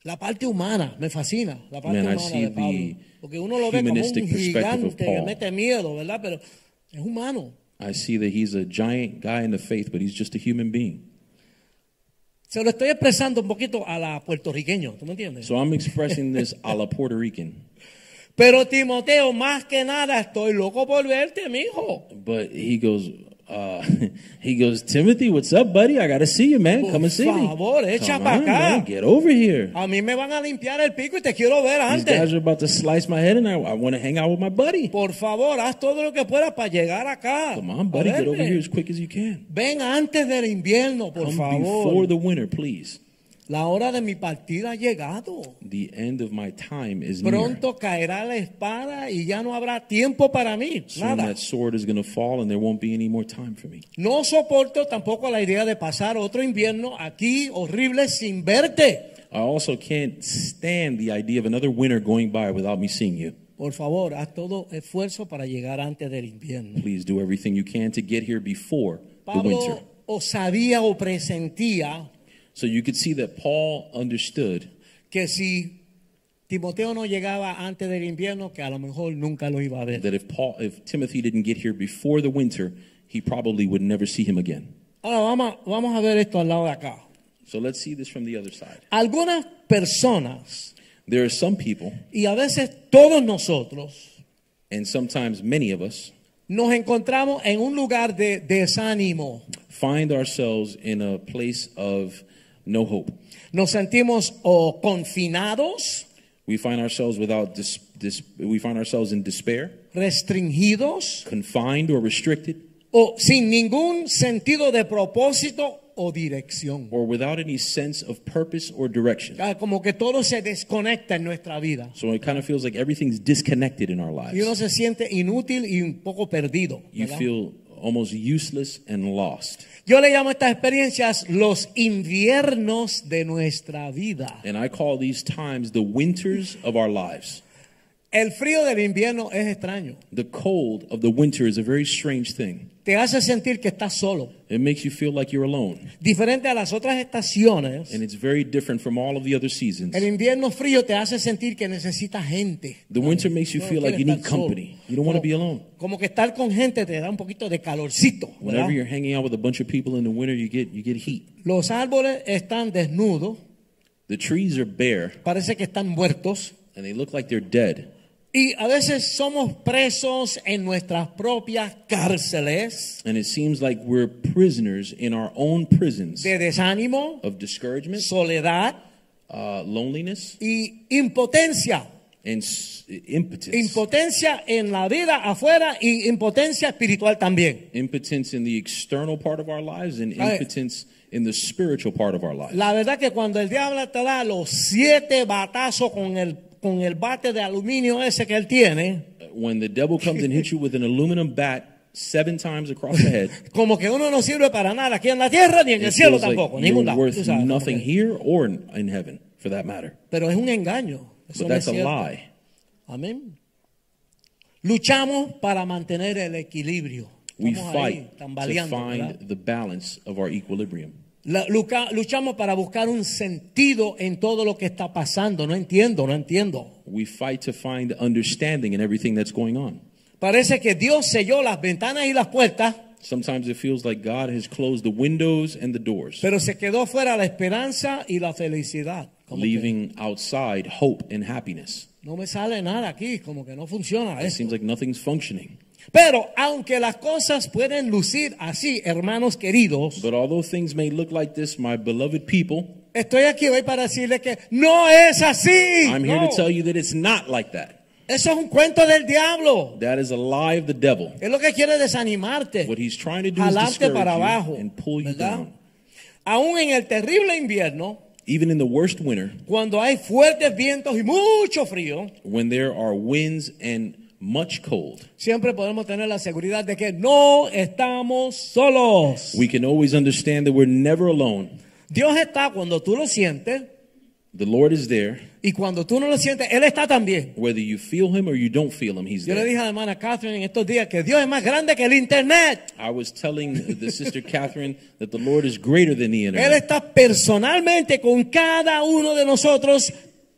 B: la parte humana me fascina, la parte
C: Man, I
B: humana
C: see
B: de Pablo,
C: the
B: porque uno lo ve como
C: humanistic
B: un
C: perspective of
B: gigante que
C: Paul.
B: mete miedo, ¿verdad? Pero es humano.
C: I see that he's a giant guy in the faith, but he's just a human being.
B: Se lo estoy expresando un poquito a la puertorriqueño, ¿tú me entiendes?
C: So I'm expressing this a la Puerto Rican.
B: Pero Timoteo, más que nada, estoy loco por verte, mijo.
C: But he goes, uh, <laughs> he goes, Timothy, what's up, buddy? I gotta see you, man. Come and see me.
B: Por favor, echa
C: Come
B: pa'
C: on,
B: acá.
C: man. Get over here.
B: A mí me van a limpiar el pico y te quiero ver
C: These
B: antes.
C: guys are about to slice my head, and I, I want to hang out with my buddy.
B: Por favor, haz todo lo que puedas para llegar acá.
C: Come
B: a
C: on, buddy, get over
B: verme.
C: here as quick as you can.
B: Ven antes del invierno, por
C: Come before
B: favor.
C: the winter, please.
B: La hora de mi partida ha llegado.
C: The end of my time is near.
B: Pronto caerá la espada y ya no habrá tiempo para mí.
C: Soon
B: Nada.
C: that sword is gonna fall, and there won't be any more time for me.
B: No soporto tampoco la idea de pasar otro invierno aquí horrible sin verte.
C: I also can't stand the idea of another winter going by without me seeing you.
B: Por favor, haz todo esfuerzo para llegar antes del invierno.
C: Please do everything you can to get here before the
B: Pablo
C: winter.
B: o sabía o presentía
C: So you could see that Paul understood
B: que si Timoteo no llegaba antes del invierno, que a lo mejor nunca lo iba a ver.
C: That if Paul, if Timothy didn't get here before the winter, he probably would never see him again.
B: Ahora vamos, a- vamos a ver esto al lado de acá.
C: So let's see this from the other side.
B: Algunas personas,
C: There are some people,
B: y a veces todos nosotros,
C: and sometimes many of us,
B: nos encontramos en un lugar de desánimo.
C: find ourselves in a place of no hope.
B: Nos sentimos o confinados,
C: We find ourselves without dis, dis, we find ourselves in despair,
B: restringidos,
C: confined or restricted,
B: o sin ningún sentido de propósito o dirección.
C: or without any sense of purpose or direction.
B: Ah, Como que todo se desconecta en nuestra vida.
C: So it kind of feels like everything's disconnected in our
B: Y uno
C: lives.
B: se siente inútil y un poco perdido.
C: You
B: ¿verdad?
C: feel almost useless and lost.
B: Yo le llamo a estas experiencias los inviernos de nuestra vida.
C: And I call these times the winters of our lives.
B: El frío del invierno es extraño.
C: The cold of the winter is a very strange thing.
B: Te hace sentir que estás solo.
C: It makes you feel like you're alone.
B: Diferente a las otras estaciones,
C: And it's very different from all of the other seasons.
B: el invierno frío te hace sentir que necesitas gente.
C: The winter makes you
B: No
C: feel like
B: quieres
C: you need
B: estar solo.
C: company. You don't want
B: Como-
C: to be alone.
B: Como que estar con gente te da un poquito de calorcito. ¿verdad?
C: Whenever you're hanging out with a bunch of people in the winter, you get you get heat.
B: Los árboles están desnudos,
C: The trees are bare
B: parece que están muertos.
C: and they look like they're dead.
B: Y a veces somos presos en nuestras propias cárceles
C: And it seems like we're prisoners in our own prisons
B: de desánimo,
C: of discouragement,
B: soledad
C: uh, loneliness,
B: y impotencia.
C: and s- impotence.
B: Impotencia en la vida afuera y impotencia espiritual también.
C: impotence in the external part of our lives and
B: Ay.
C: impotence in the spiritual part of our lives.
B: La verdad que cuando el diablo te da los siete batazos con el, con el bate de aluminio ese que él tiene,
C: when the devil comes and hits you with an aluminum bat seven times across
B: <laughs>
C: the head,
B: como que uno no sirve para nada aquí en la tierra ni en el
C: it
B: cielo
C: feels like
B: tampoco,
C: you're
B: ningún lado. tú
C: worth
B: sabes, como
C: nothing
B: que-
C: here or in, in heaven, for that matter.
B: Pero es un engaño. Eso
C: But
B: no es
C: that's a
B: cierto.
C: lie.
B: Amén. Luchamos para mantener el equilibrio.
C: We
B: Estamos ahí
C: fight to
B: tambaleando,
C: find
B: ¿verdad?
C: the balance of our equilibrium.
B: La- luca- luchamos para buscar un sentido en todo lo que está pasando. No entiendo, no entiendo.
C: We fight to find understanding in everything that's going on.
B: Parece que Dios selló las ventanas y las puertas,
C: Sometimes it feels like God has closed the windows and the doors,
B: pero se quedó fuera la esperanza y la felicidad. Como que
C: leaving outside hope and happiness.
B: no me sale nada aquí, como que no funciona
C: It
B: eso.
C: seems like nothing's functioning.
B: Pero aunque las cosas pueden lucir así, hermanos queridos,
C: But although things may look like this, my beloved people,
B: Estoy aquí hoy para decirle que no es así.
C: I'm here
B: No.
C: to tell you that it's not like that.
B: Eso es un cuento del diablo.
C: That is a lie of the devil.
B: Es lo que quiere desanimarte.
C: What he's trying to do is
B: Jalarte
C: discourage
B: para
C: you
B: abajo.
C: and pull you
B: ¿verdad?
C: down.
B: Aún en el terrible invierno,
C: Even in the worst winter,
B: cuando hay fuertes vientos y mucho frío,
C: when there are winds and much cold,
B: siempre podemos tener la seguridad de que no estamos solos.
C: we can always understand that we're never alone.
B: Dios está cuando tú lo sientes
C: The Lord is there.
B: y cuando tú no lo sientes, Él está también.
C: Whether you feel him or you don't feel him, he's
B: Yo le
C: there.
B: dije a la hermana Catherine en estos días que Dios es más grande que el Internet.
C: I was telling the sister Catherine that the Lord is greater than the
B: Él
C: internet.
B: está personalmente con cada uno de nosotros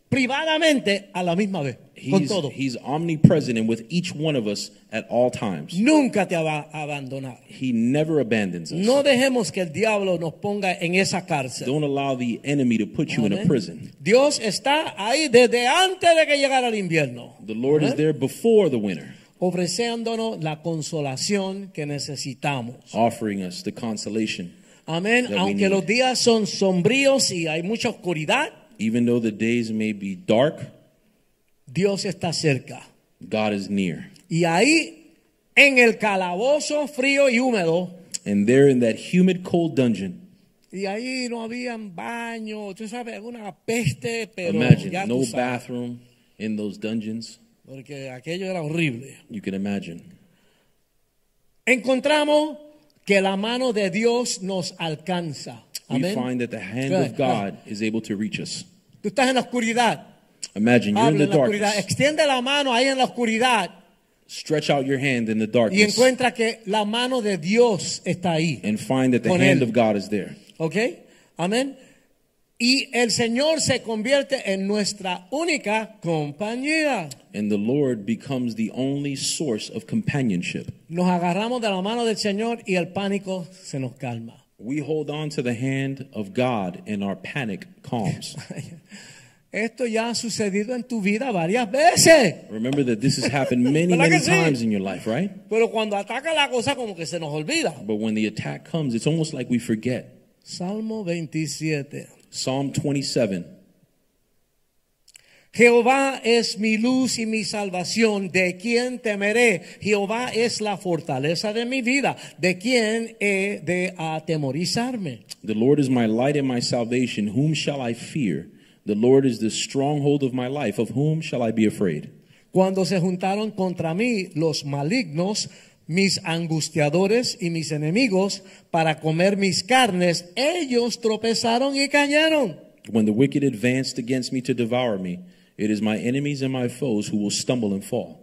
B: privadamente a la misma vez, con
C: He's,
B: todo.
C: he's omnipresent and with each one of us at all times.
B: Nunca te va a abandonar.
C: He never abandons us.
B: No dejemos que el diablo nos ponga en esa cárcel.
C: Don't allow the enemy to put you in a
B: Amén.
C: prison.
B: Dios está ahí desde antes de que llegara el invierno,
C: The Lord is
B: Amén.
C: there before the winter,
B: ofreciéndonos la consolación que necesitamos.
C: offering us the consolation.
B: Amén.
C: That we
B: Aunque
C: need.
B: los días son sombríos y hay mucha oscuridad,
C: Even though the days may be dark,
B: Dios está cerca.
C: God is near.
B: Y ahí, en el calabozo frío y húmedo,
C: And there in that humid, cold dungeon,
B: Y ahí no habían baño, tú sabes, una peste, pero
C: imagine
B: ya
C: no
B: tú sabes,
C: bathroom in those dungeons.
B: porque aquello era horrible.
C: You can imagine.
B: Encontramos que la mano de Dios nos alcanza.
C: We
B: Amén.
C: find that the hand
B: Right,
C: of God is able to reach us.
B: Tú estás en la oscuridad,
C: Imagine you're in
B: habla
C: the
B: en la oscuridad,
C: darkness.
B: extiende la mano ahí en la oscuridad
C: Stretch out your hand in the
B: y
C: darkness
B: encuentra que la mano de Dios está ahí,
C: and find that the
B: Con
C: hand
B: él.
C: of God is there.
B: ¿ok? Amén. Y el Señor se convierte en nuestra única compañía.
C: And the Lord becomes the only source of companionship.
B: Nos agarramos de la mano del Señor y el pánico se nos calma.
C: We hold on to the hand of God and our panic calms.
B: Esto ya ha sucedido en tu vida varias veces.
C: Remember that this has happened many,
B: ¿Verdad que
C: many
B: sí?
C: times in your life, right?
B: Pero cuando ataca la cosa como que se nos olvida.
C: But when the attack comes, it's almost like we forget.
B: Salmo 27.
C: Psalm 27
B: Jehová es mi luz y mi salvación, ¿de quién temeré? Jehová es la fortaleza de mi vida, ¿de quién he de atemorizarme?
C: The Lord is my light and my salvation. Whom shall I fear? The Lord is the stronghold of my life. Of whom shall I be afraid?
B: Cuando se juntaron contra mí los malignos, mis angustiadores y mis enemigos para comer mis carnes, ellos tropezaron y cayeron.
C: When the wicked advanced against me to devour me, it is my enemies and my foes who will stumble and fall.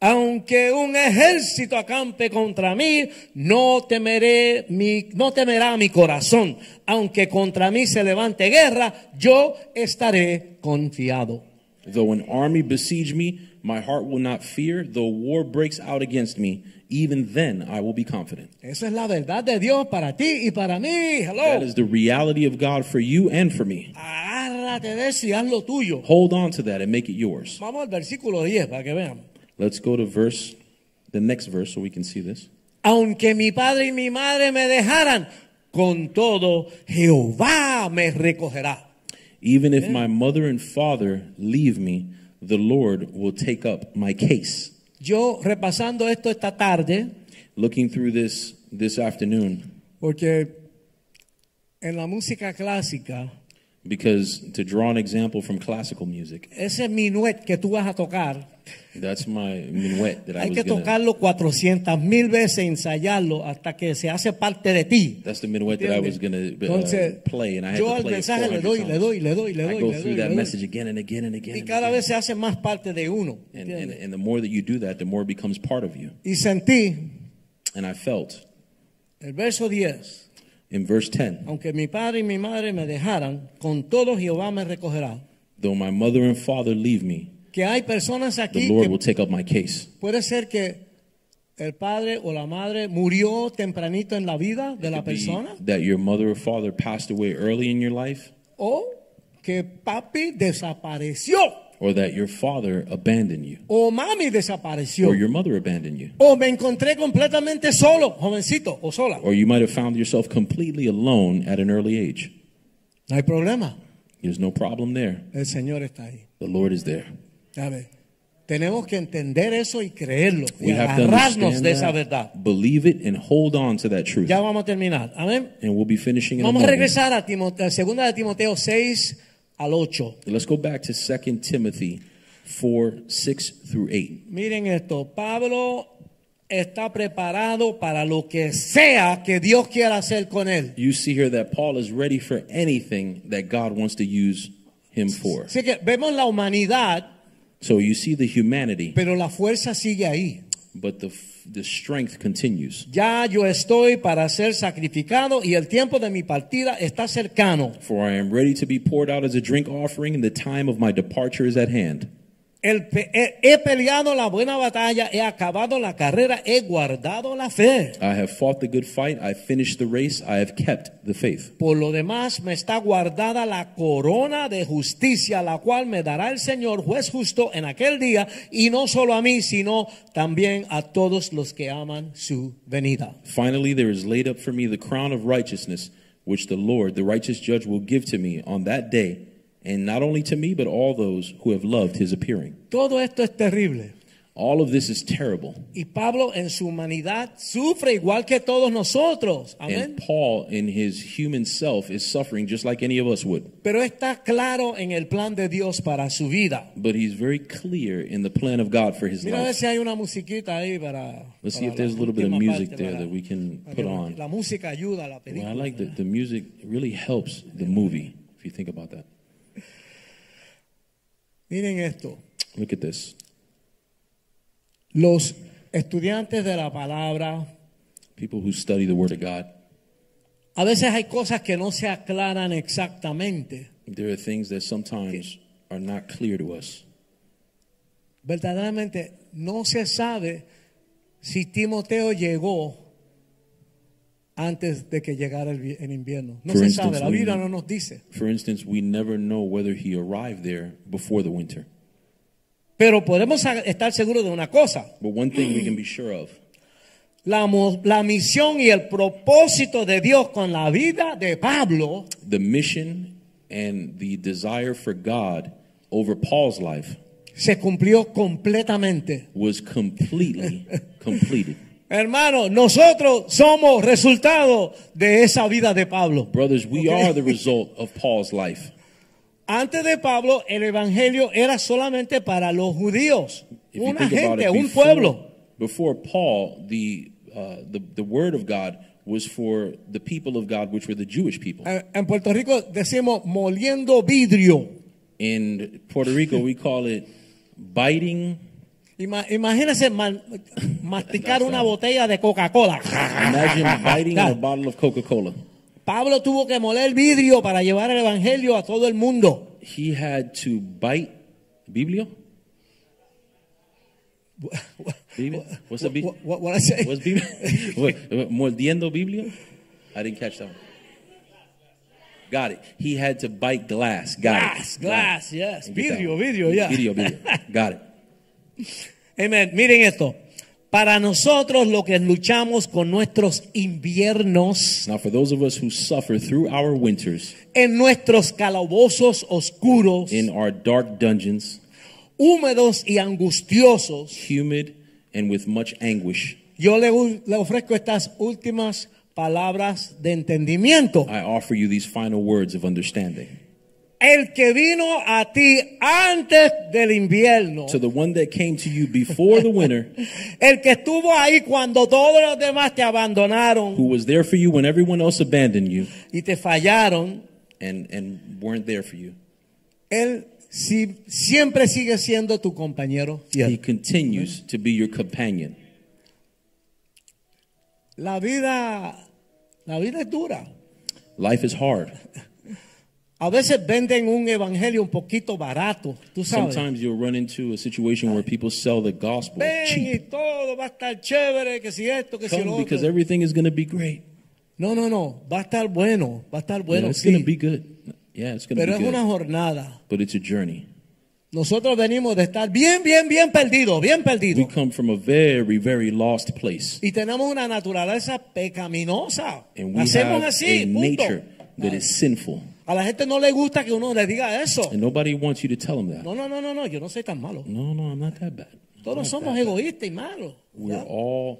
B: Aunque un ejército acampe contra mí, no temeré mi, no temerá mi corazón. Aunque contra mí se levante guerra, yo estaré confiado.
C: Though an army besiege me, my heart will not fear. Though war breaks out against me, even then I will be confident.
B: Esa es la verdad de Dios para ti y para mí.
C: That
B: Hello.
C: is the reality of God for you and for me.
B: Agárrate de eso y haz lo tuyo.
C: Hold on to that and make it yours.
B: Vamos al versículo 10 para que vean.
C: Let's go to verse, the next verse, so we can see this.
B: Aunque mi padre y mi madre me dejaran, con todo Jehová me recogerá.
C: Even if my mother and father leave me, the Lord will take up my case.
B: Yo repasando esto esta tarde,
C: Looking through this this afternoon,
B: Porque en la música clásica,
C: because to draw an example from classical music,
B: ese minuet que tú vas a tocar,
C: that's my minuet that I
B: hay
C: was
B: que
C: gonna,
B: tocarlo 400 mil veces, ensayarlo hasta que se hace parte de ti.
C: That's the minuet that I was gonna uh,
B: Entonces,
C: play, and I had
B: yo
C: to
B: al
C: play it
B: mensaje le
C: 400
B: doy, le doy,
C: times.
B: le doy, le doy,
C: I go
B: le doy,
C: through that
B: le doy.
C: message again and again and again.
B: Y
C: And,
B: cada
C: again.
B: vez se hace más parte de uno.
C: And, and,
B: ¿entiendes?
C: and the more that you do that, the more it becomes part of you.
B: Y sentí
C: And I felt
B: el verso 10,
C: in verse ten,
B: aunque mi padre y mi madre me dejaran, con todo Jehová me recogerá.
C: though my mother and father leave me,
B: Que hay personas aquí
C: the Lord
B: que
C: will take up my case.
B: Puede ser que el padre o la madre murió tempranito en la vida de la
C: could be
B: persona
C: that your mother or father passed away early in your life
B: o que papi desapareció
C: or that your father abandoned you
B: o mami desapareció
C: or your mother abandoned you
B: o me encontré completamente solo, jovencito o sola.
C: or you might have found yourself completely alone at an early age
B: No hay problema,
C: there's no problem there
B: el Señor está ahí.
C: the lord is there
B: A ver, tenemos que entender eso y creerlo y
C: we have to
B: agarrarnos
C: understand
B: de esa verdad.
C: that, believe it and hold on to that truth
B: Ya vamos a terminar, amén.
C: and we'll be finishing in a
B: Vamos a
C: moment.
B: regresar a, Timoteo, segunda de Timoteo 6 al 8.
C: let's go back to 2 timothy 4 6 through 8
B: Miren esto, Pablo está preparado para lo que sea que Dios quiera hacer con él.
C: you see here that paul is ready for anything that god wants to use him for
B: Así que vemos la humanidad,
C: so you see the humanity
B: pero la fuerza sigue ahí.
C: but the f- the strength continues.
B: Ya yo estoy para ser sacrificado y el tiempo de mi partida está cercano.
C: For I am ready to be poured out as a drink offering, and the time of my departure is at hand.
B: El pe- he, he peleado la buena batalla, he acabado la carrera, he guardado la fe.
C: I have fought the good fight, I finished the race, I have kept the faith.
B: Por lo demás me está guardada la corona de justicia, la cual me dará el Señor juez justo en aquel día, y no solo a mí, sino también a todos los que aman su venida.
C: Finally, there is laid up for me the crown of righteousness, which the Lord, the righteous judge, will give to me on that day, and not only to me, but all those who have loved his appearing.
B: Todo esto es terrible.
C: All of this is terrible.
B: Y Pablo en su humanidad sufre igual que todos nosotros. Amén.
C: And Paul, in his human self, is suffering just like any of us would.
B: Pero está claro en el plan de Dios para su vida.
C: But he's very clear in the plan of God for his
B: Mira a ver
C: life.
B: si hay una musiquita ahí para.
C: Let's see
B: para
C: if there's
B: la
C: a little bit of
B: última
C: music
B: parte,
C: there
B: para-
C: that we can
B: para
C: put
B: que-
C: on.
B: La música ayuda a la película.
C: Well, I like that the music really helps the movie, if you think about that.
B: Miren esto.
C: Look at this.
B: Los estudiantes de la palabra,
C: People who study the Word of God.
B: a veces hay cosas que no se aclaran exactamente.
C: There are things that sometimes are not clear to us.
B: Verdaderamente no se sabe si Timoteo llegó antes de que llegara el, vi- el invierno. No
C: For
B: se
C: instance,
B: sabe, la
C: we-
B: Biblia no nos dice.
C: For instance, we never know whether he arrived there before the winter.
B: Pero podemos a- estar seguros de una cosa.
C: But one thing we can be sure of
B: La, mo- la misión y el propósito de Dios con la vida de Pablo
C: the mission and the desire for God over Paul's life
B: se cumplió completamente. <laughs>
C: was completely completed.
B: Hermano, nosotros somos resultado de esa vida de Pablo.
C: Brothers, we
B: Okay.
C: are the result of Paul's life.
B: Antes de Pablo, el evangelio era solamente para los judíos,
C: If you
B: una
C: think about
B: gente,
C: it,
B: un
C: before-
B: pueblo.
C: Before Paul, the, uh, the, the word of God was for the people of God, which were the Jewish people.
B: Eh, En Puerto Rico decimos moliendo vidrio.
C: In Puerto Rico, we call it biting.
B: Ima- Imagínense mal- masticar una botella de Coca-Cola. <laughs>
C: Imagine biting
B: Claro.
C: a bottle of Coca Cola.
B: Pablo tuvo que moler vidrio para llevar el evangelio a todo el mundo.
C: He had to bite. Biblio? Biblia? What's a Biblia?
B: What- what- what I say?
C: What's <laughs> Biblia? What- what- Mordiendo Biblia? I didn't catch that one. Got it. He had to bite glass. Got
B: Glass,
C: it.
B: glass, yes.
C: You get that
B: Vidrio,
C: one.
B: vidrio, yeah. <laughs>
C: Vidrio, vidrio. Got it.
B: Amen. Miren esto. Para nosotros lo que luchamos con nuestros inviernos,
C: Now, for those of us who suffer through our winters
B: en nuestros calabozos oscuros,
C: in our dark dungeons,
B: húmedos y angustiosos,
C: humid and with much anguish,
B: yo le, le ofrezco estas últimas palabras de entendimiento.
C: I offer you these final words of understanding.
B: El que vino a ti antes del invierno,
C: To the one that came to you before the winter,
B: el que estuvo ahí cuando todos los demás te abandonaron
C: who was there for you when everyone else abandoned you
B: y te fallaron,
C: and, and weren't there for you,
B: él si- siempre sigue siendo tu compañero. fiel.
C: he continues to be your companion.
B: La vida, la vida es dura.
C: Life is hard.
B: A veces venden un evangelio un poquito barato, tú sabes.
C: Sometimes you'll run into a situation where people sell the gospel
B: Ven y
C: cheap.
B: todo va a estar chévere, que si esto, que si lo
C: Come because
B: otro.
C: everything is going to be great.
B: No, no, no, va a estar bueno, va a estar
C: Yeah,
B: bueno,
C: it's
B: sí.
C: going to be good. Yeah, it's going to
B: Pero es
C: be
B: una
C: good.
B: jornada.
C: But it's a journey.
B: Nosotros venimos de estar bien, bien, bien perdidos, bien
C: We
B: perdidos.
C: come from a very, very lost place.
B: Y tenemos una naturaleza pecaminosa.
C: And we
B: Hacemos
C: have
B: así,
C: a
B: punto.
C: nature that is sinful.
B: A la gente no le gusta que uno le diga eso.
C: And nobody wants you to tell them that.
B: No, no, no, no, no, yo no soy tan malo.
C: No, no, I'm not that bad. I'm
B: Todos
C: not
B: somos
C: that bad.
B: egoístas y malos.
C: We're all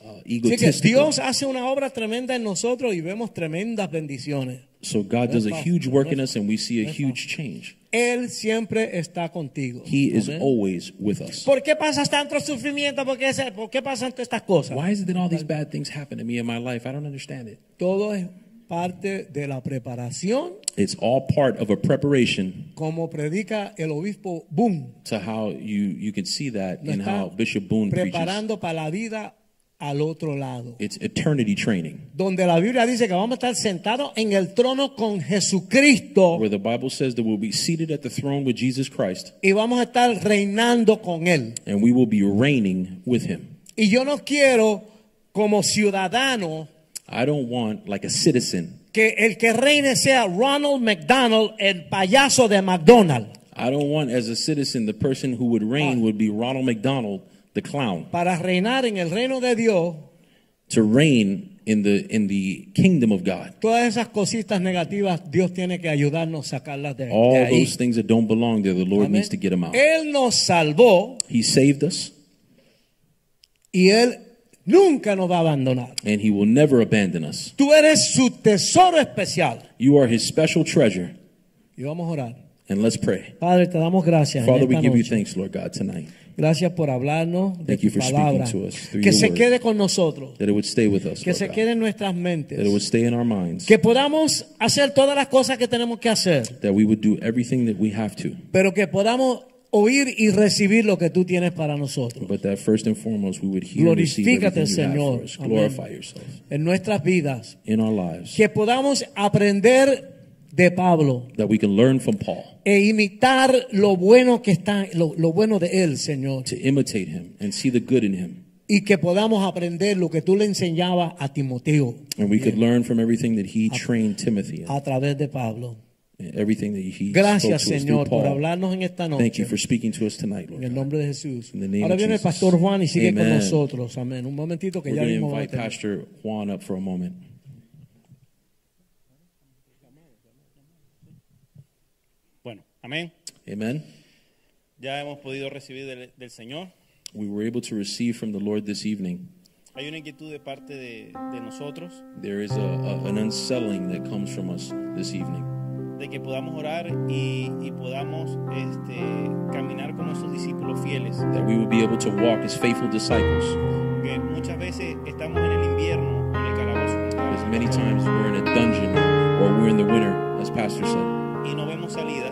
C: uh,
B: Así que
C: egotistical.
B: Dios hace una obra tremenda en nosotros y vemos tremendas bendiciones.
C: So God does a
B: That's
C: huge
B: all.
C: work
B: That's
C: in us and we see a huge change.
B: Él siempre está contigo.
C: He is
B: Amén.
C: always with us.
B: ¿Por qué pasas tanto sufrimiento? ¿Por qué, se- por qué pasan todas estas cosas?
C: Why is it that all these bad things happen to me in my life? I don't understand it.
B: Todo es parte de la preparación,
C: It's all part of a preparation
B: como predica el obispo Boom.
C: to how you you can see that
B: Nos
C: in
B: está
C: how Bishop Boone preaches.
B: preparando para la vida al otro lado.
C: It's eternity training.
B: Donde la Biblia dice que vamos a estar sentados en el trono con Jesucristo
C: where the Bible says that we'll be seated at the throne with Jesus Christ
B: y vamos a estar reinando con Él.
C: and we will be reigning with him.
B: Y yo no quiero, como ciudadano,
C: I don't want, like a citizen,
B: que el que reine sea Ronald McDonald, el payaso de McDonald's.
C: I don't want as a citizen the person who would reign would be Ronald McDonald, the clown.
B: Para reinar en el reino de Dios,
C: To reign in the in the kingdom of God.
B: todas esas cositas negativas, Dios tiene que ayudarnos a sacarlas de, de
C: All
B: ahí.
C: those things that don't belong there, the Lord
B: Amén.
C: needs to get them out.
B: Él nos salvó
C: He saved us
B: y Él nunca nos va a abandonar.
C: and he will never abandon us.
B: Tú eres su tesoro especial.
C: You are his special treasure.
B: Y vamos a orar.
C: And let's pray.
B: Padre, te damos gracias. en
C: Father, we
B: esta
C: give you
B: noche.
C: thanks, Lord God, tonight.
B: Gracias por hablarnos de
C: Thank you
B: tu
C: for
B: palabra.
C: speaking to us through
B: que
C: your
B: se
C: word.
B: quede con nosotros.
C: That it would stay with us.
B: Que
C: Lord
B: se
C: God.
B: quede en nuestras mentes.
C: That it would stay in our minds.
B: Que podamos hacer todas las cosas que tenemos que hacer.
C: that we would do everything that we have to.
B: Pero que podamos oír y recibir lo que tú tienes para nosotros.
C: But that first and foremost, we would hear and receive
B: Glorifícate,
C: everything you have
B: Señor.
C: for us.
B: Amén.
C: Glorify yourself
B: En nuestras vidas.
C: in our lives.
B: Que podamos aprender de Pablo
C: that we can learn from Paul,
B: e imitar lo bueno que está, lo, lo bueno de él, Señor.
C: to imitate him and see the good in him.
B: Y que podamos aprender lo que tú le enseñabas a Timoteo
C: And we could learn from everything that he trained Timothy in,
B: a través de Pablo.
C: and everything that he
B: Gracias,
C: spoke to us through
B: Señor, por
C: Paul.
B: hablarnos en esta
C: Thank
B: noche.
C: you for speaking to us tonight,
B: En
C: Lord.
B: el
C: God.
B: nombre de Jesús.
C: In the name
B: Ahora
C: of
B: viene el
C: Jesus.
B: pastor Juan y sigue con
C: Amen.
B: nosotros. Amén. Un momentito que
C: We're
B: ya
C: going to
B: mismo va a
C: invite
B: terminar.
C: Pastor Juan up for a moment.
D: Bueno, amén.
C: Amen.
D: Ya hemos podido recibir del, del Señor.
C: We were able to receive from the Lord this evening.
D: Hay una inquietud de parte de, de nosotros
C: There is a, a, an unsettling that comes from us this evening,
D: de que podamos orar y, y podamos este, caminar como esos discípulos fieles.
C: that we will be able to walk as faithful disciples.
D: Porque muchas veces estamos en el invierno, en el
C: As
D: calabozo,
C: many times we're in a dungeon or we're in the winter, as Pastor said,
D: y no vemos salida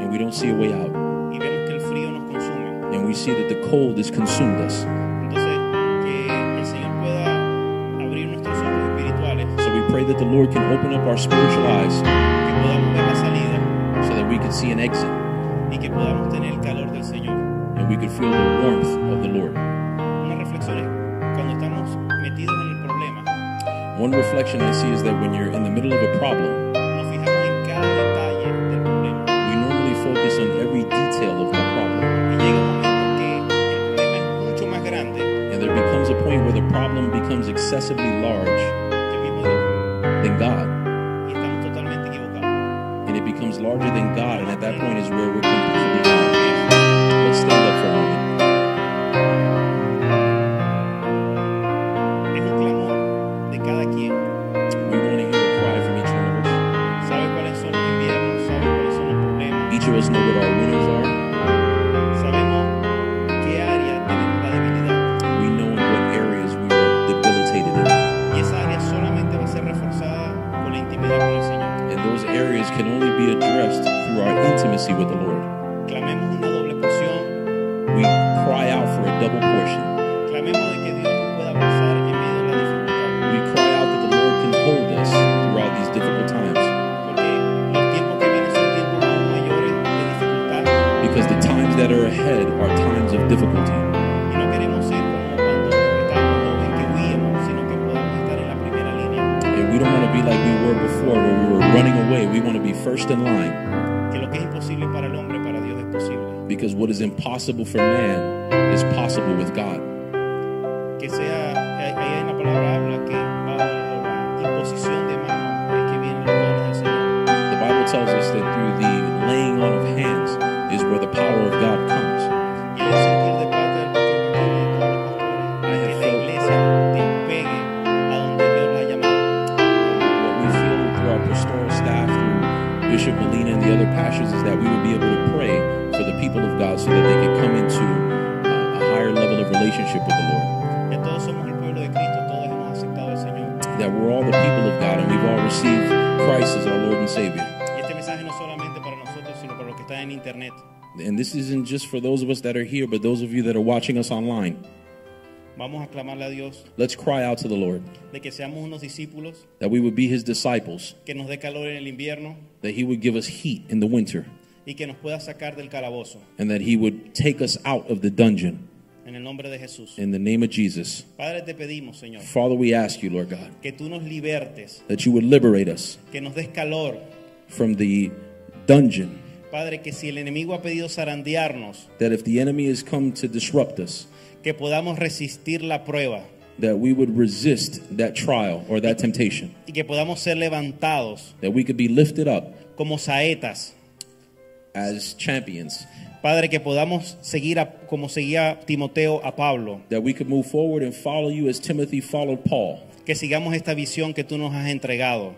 C: and we don't see a way out,
D: y vemos que el frío nos consume.
C: and we see that the cold has consumed us.
D: Entonces, que el Señor pueda abrir nuestros ojos espirituales,
C: So we pray that the Lord can open up our spiritual eyes
D: que podamos ver la salida
C: so that we can see an exit
D: y que podamos tener el calor del Señor.
C: and we can feel the warmth of the Lord.
D: Una reflexión es cuando estamos metidos en el problema,
C: One reflection I see is that when you're in the middle of a problem,
D: nos fijamos en cada detalle del problema.
C: we normally focus on every detail of the problem,
D: Y llega un momento que el problema es mucho más grande
C: and there becomes a point where the problem becomes excessively large
D: que el mismo Dios.
C: than God.
D: Y estamos totalmente equivocados.
C: and it becomes larger than God, and at that point is where we're completely wrong. Let's stand up for a moment.
D: Es un clamor de cada quien.
C: We want to hear a cry from each one of us.
D: Sabe cuáles son los inviernos, sabe cuáles son los problemas,
C: Each of us know what our winners are.
D: sabemos qué área tenemos la debilidad.
C: We know in what areas we are debilitated in,
D: Y esa área solamente va a ser reforzada con la intimidad con el Señor.
C: and those areas can only be addressed through our intimacy with the Lord.
D: Clamemos una doble porción,
C: We cry out for a double portion.
D: clamemos de que Dios nos pueda abrazar en medio de la dificultad.
C: We cry out that the Lord can hold us throughout these difficult times,
D: Porque los tiempos que vienen son tiempos aún mayores de dificultad
C: because the times that are ahead are times of difficulty,
D: y no queremos ser como cuando estábamos jóvenes que huíamos, sino que podamos estar en la primera línea.
C: and we don't want to be like we were before, where we were running away. We want to be first in line.
D: Que lo que es imposible para el hombre, para Dios es posible.
C: Because what is impossible for man is possible with God.
D: Que sea, ahí- ahí en la palabra habla que va a la imposición de manos es que vienen los dones del Señor.
C: The Bible tells us that through the laying on of hands is where the power of God comes.
D: Y el sentir de parte del pastor Joaquín y de todos los pastores, que la iglesia te pegue a donde Dios la ha llamado.
C: What we feel through our pastoral staff, through Bishop Molina and the other pastors, is that we would be able to pray for the people of God so that they could come into uh, a higher level of relationship with the Lord.
D: Que todos somos el pueblo de Cristo, todos hemos aceptado al Señor.
C: That we're all the people of God and we've all received Christ as our Lord and Savior.
D: Y este mensaje no solamente para nosotros, sino para los que están en internet.
C: And this isn't just for those of us that are here, but those of you that are watching us online.
D: Vamos a clamarle a Dios
C: Let's cry out to the Lord
D: de que seamos unos discípulos,
C: that we would be his disciples.
D: que nos dé calor en el invierno
C: that he would give us heat in the winter
D: y que nos pueda sacar del calabozo.
C: and that he would take us out of the dungeon
D: En el nombre de Jesús.
C: in the name of Jesus.
D: Padre, te pedimos, Señor,
C: Father, we ask you, Lord God,
D: que tú nos libertes,
C: that you would liberate us
D: que nos des calor.
C: from the dungeon.
D: Padre, que si el enemigo ha pedido zarandearnos,
C: That if the enemy has come to disrupt us,
D: que podamos resistir la prueba
C: that we would resist that trial or that temptation.
D: y que podamos ser levantados
C: That we could be lifted up
D: como saetas.
C: as champions.
D: Padre, que podamos seguir a- como seguía Timoteo a Pablo,
C: That we could move forward and follow you as Timothy followed Paul
D: que sigamos esta visión que tú nos has entregado.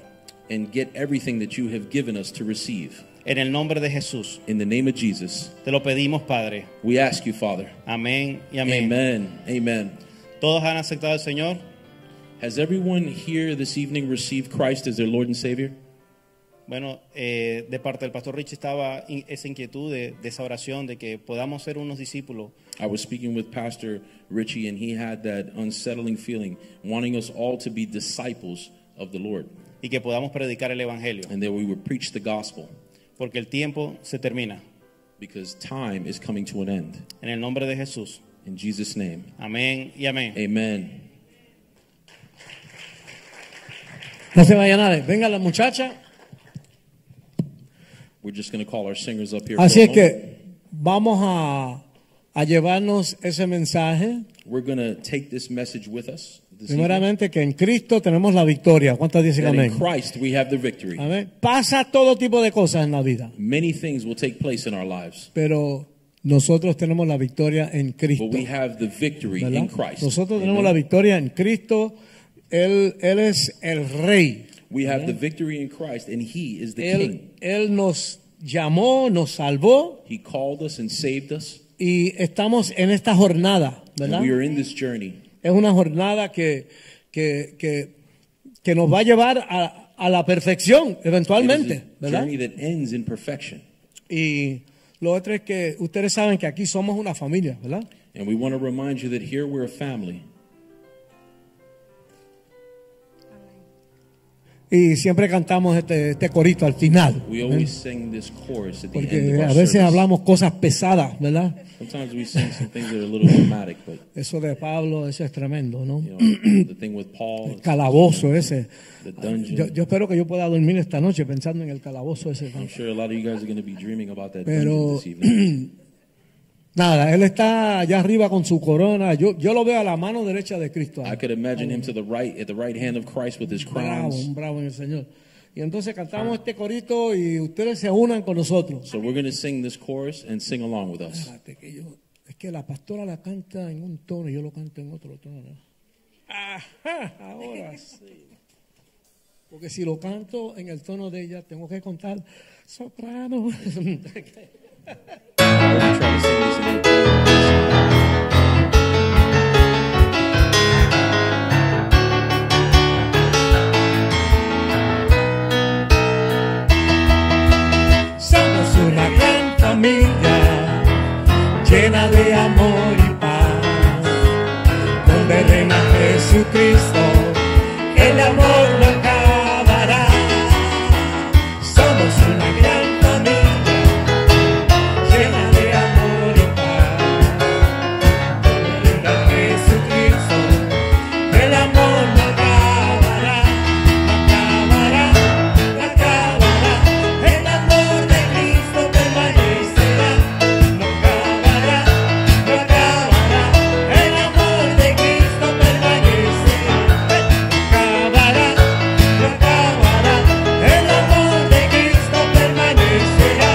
C: and get everything that you have given us to receive.
D: En el nombre de Jesús,
C: In the name of Jesus,
D: te lo pedimos, Padre.
C: we ask you, Father.
D: Amén y amén.
C: Amen. Amen.
D: Todos han aceptado al Señor.
C: Has everyone here this evening received Christ as their Lord and Savior?
D: Bueno, eh, de parte del pastor Rich estaba in- esa inquietud de, de esa oración de que podamos ser unos discípulos,
C: I was speaking with Pastor Richie, and he had that unsettling feeling, wanting us all to be disciples of the Lord,
D: y que podamos predicar el Evangelio,
C: and that we would preach the gospel
D: porque el tiempo se termina.
C: because time is coming to an end.
D: En el nombre de Jesús.
C: In Jesus' name,
D: Amén y amén.
C: amen.
B: No se vaya nadie. Venga la muchacha.
C: We're just going to call our singers up here. for
B: Así
C: a
B: es
C: moment.
B: que vamos a, a llevarnos ese mensaje.
C: We're going to take this message with us. This evening,
B: Primeramente que en Cristo tenemos la victoria. ¿Cuántas dicen
C: that
B: amén?
C: in Christ we have the victory.
B: Amén. Pasa todo tipo de cosas en la vida,
C: Many things will take place in our lives,
B: pero nosotros tenemos la victoria en Cristo.
C: but we have the victory
B: ¿verdad?
C: in Christ.
B: Nosotros tenemos
C: Amen.
B: la victoria en Cristo. Él, él es el rey.
C: We have the victory in Christ, and He is the King.
B: Él, él nos llamó, nos salvó
C: He called us and saved us.
B: y estamos en esta jornada,
C: And
B: ¿verdad?
C: we are in this journey.
B: Es una jornada que, que, que, que nos va a llevar a, a la perfección
C: It is
B: eventualmente,
C: a
B: ¿verdad?
C: journey that ends in perfection.
B: Y lo otro es que ustedes saben que aquí somos una familia, ¿verdad?
C: And we want to remind you that here we're a family.
B: Y siempre cantamos este, este corito al final. ¿eh?
C: We always sing this chorus at the end
B: Porque
C: of
B: a
C: our
B: veces
C: service.
B: hablamos cosas pesadas, ¿verdad?
C: Sometimes we sing some things that are a little dramatic, but
B: Eso de Pablo, eso es tremendo, ¿no?
C: you know, the thing with Paul,
B: <coughs> El calabozo ese.
C: the dungeon.
B: Yo, yo espero que yo pueda dormir esta noche pensando en el calabozo ese.
C: I'm sure a lot of you guys are going to be dreaming about that
B: Pero-
C: dungeon this evening.
B: <coughs> Nada, él está allá arriba con su corona. Yo, yo lo veo a la mano derecha de Cristo.
C: I could imagine him to the right, at the right hand of Christ with his
B: Bravo,
C: crowns.
B: un bravo en el Señor. Y entonces cantamos este corito y ustedes se unan con nosotros.
C: So we're going to sing this chorus and sing along with us.
B: Espérate, que yo- es que la pastora la canta en un tono y yo lo canto en otro tono. Ajá, ahora sí. Porque si lo canto en el tono de ella, tengo que contar soprano.
C: We're going to try to sing this in your key.
B: Somos una gran familia llena de amor y paz, donde reina Jesucristo, el amor no acabará. Somos una gran familia llena de amor y paz, donde reina Jesucristo, el amor no acabará, no acabará, no acabará. El amor de Cristo permanecerá, no acabará, no acabará. El amor de Cristo permanecerá, no acabará, no acabará. El amor de Cristo permanecerá,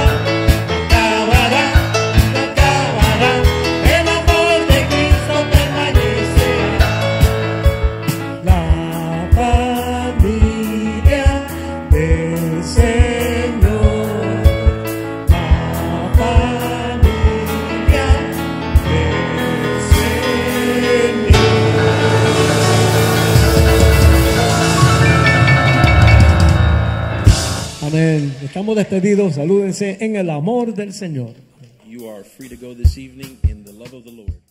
B: no acabará, no acabará. El amor de Cristo permanecerá. La familia del Señor, la familia del Señor. Amén. Estamos despedidos. Salúdense en el amor del Señor.
C: You are free to go this evening in the love of the Lord.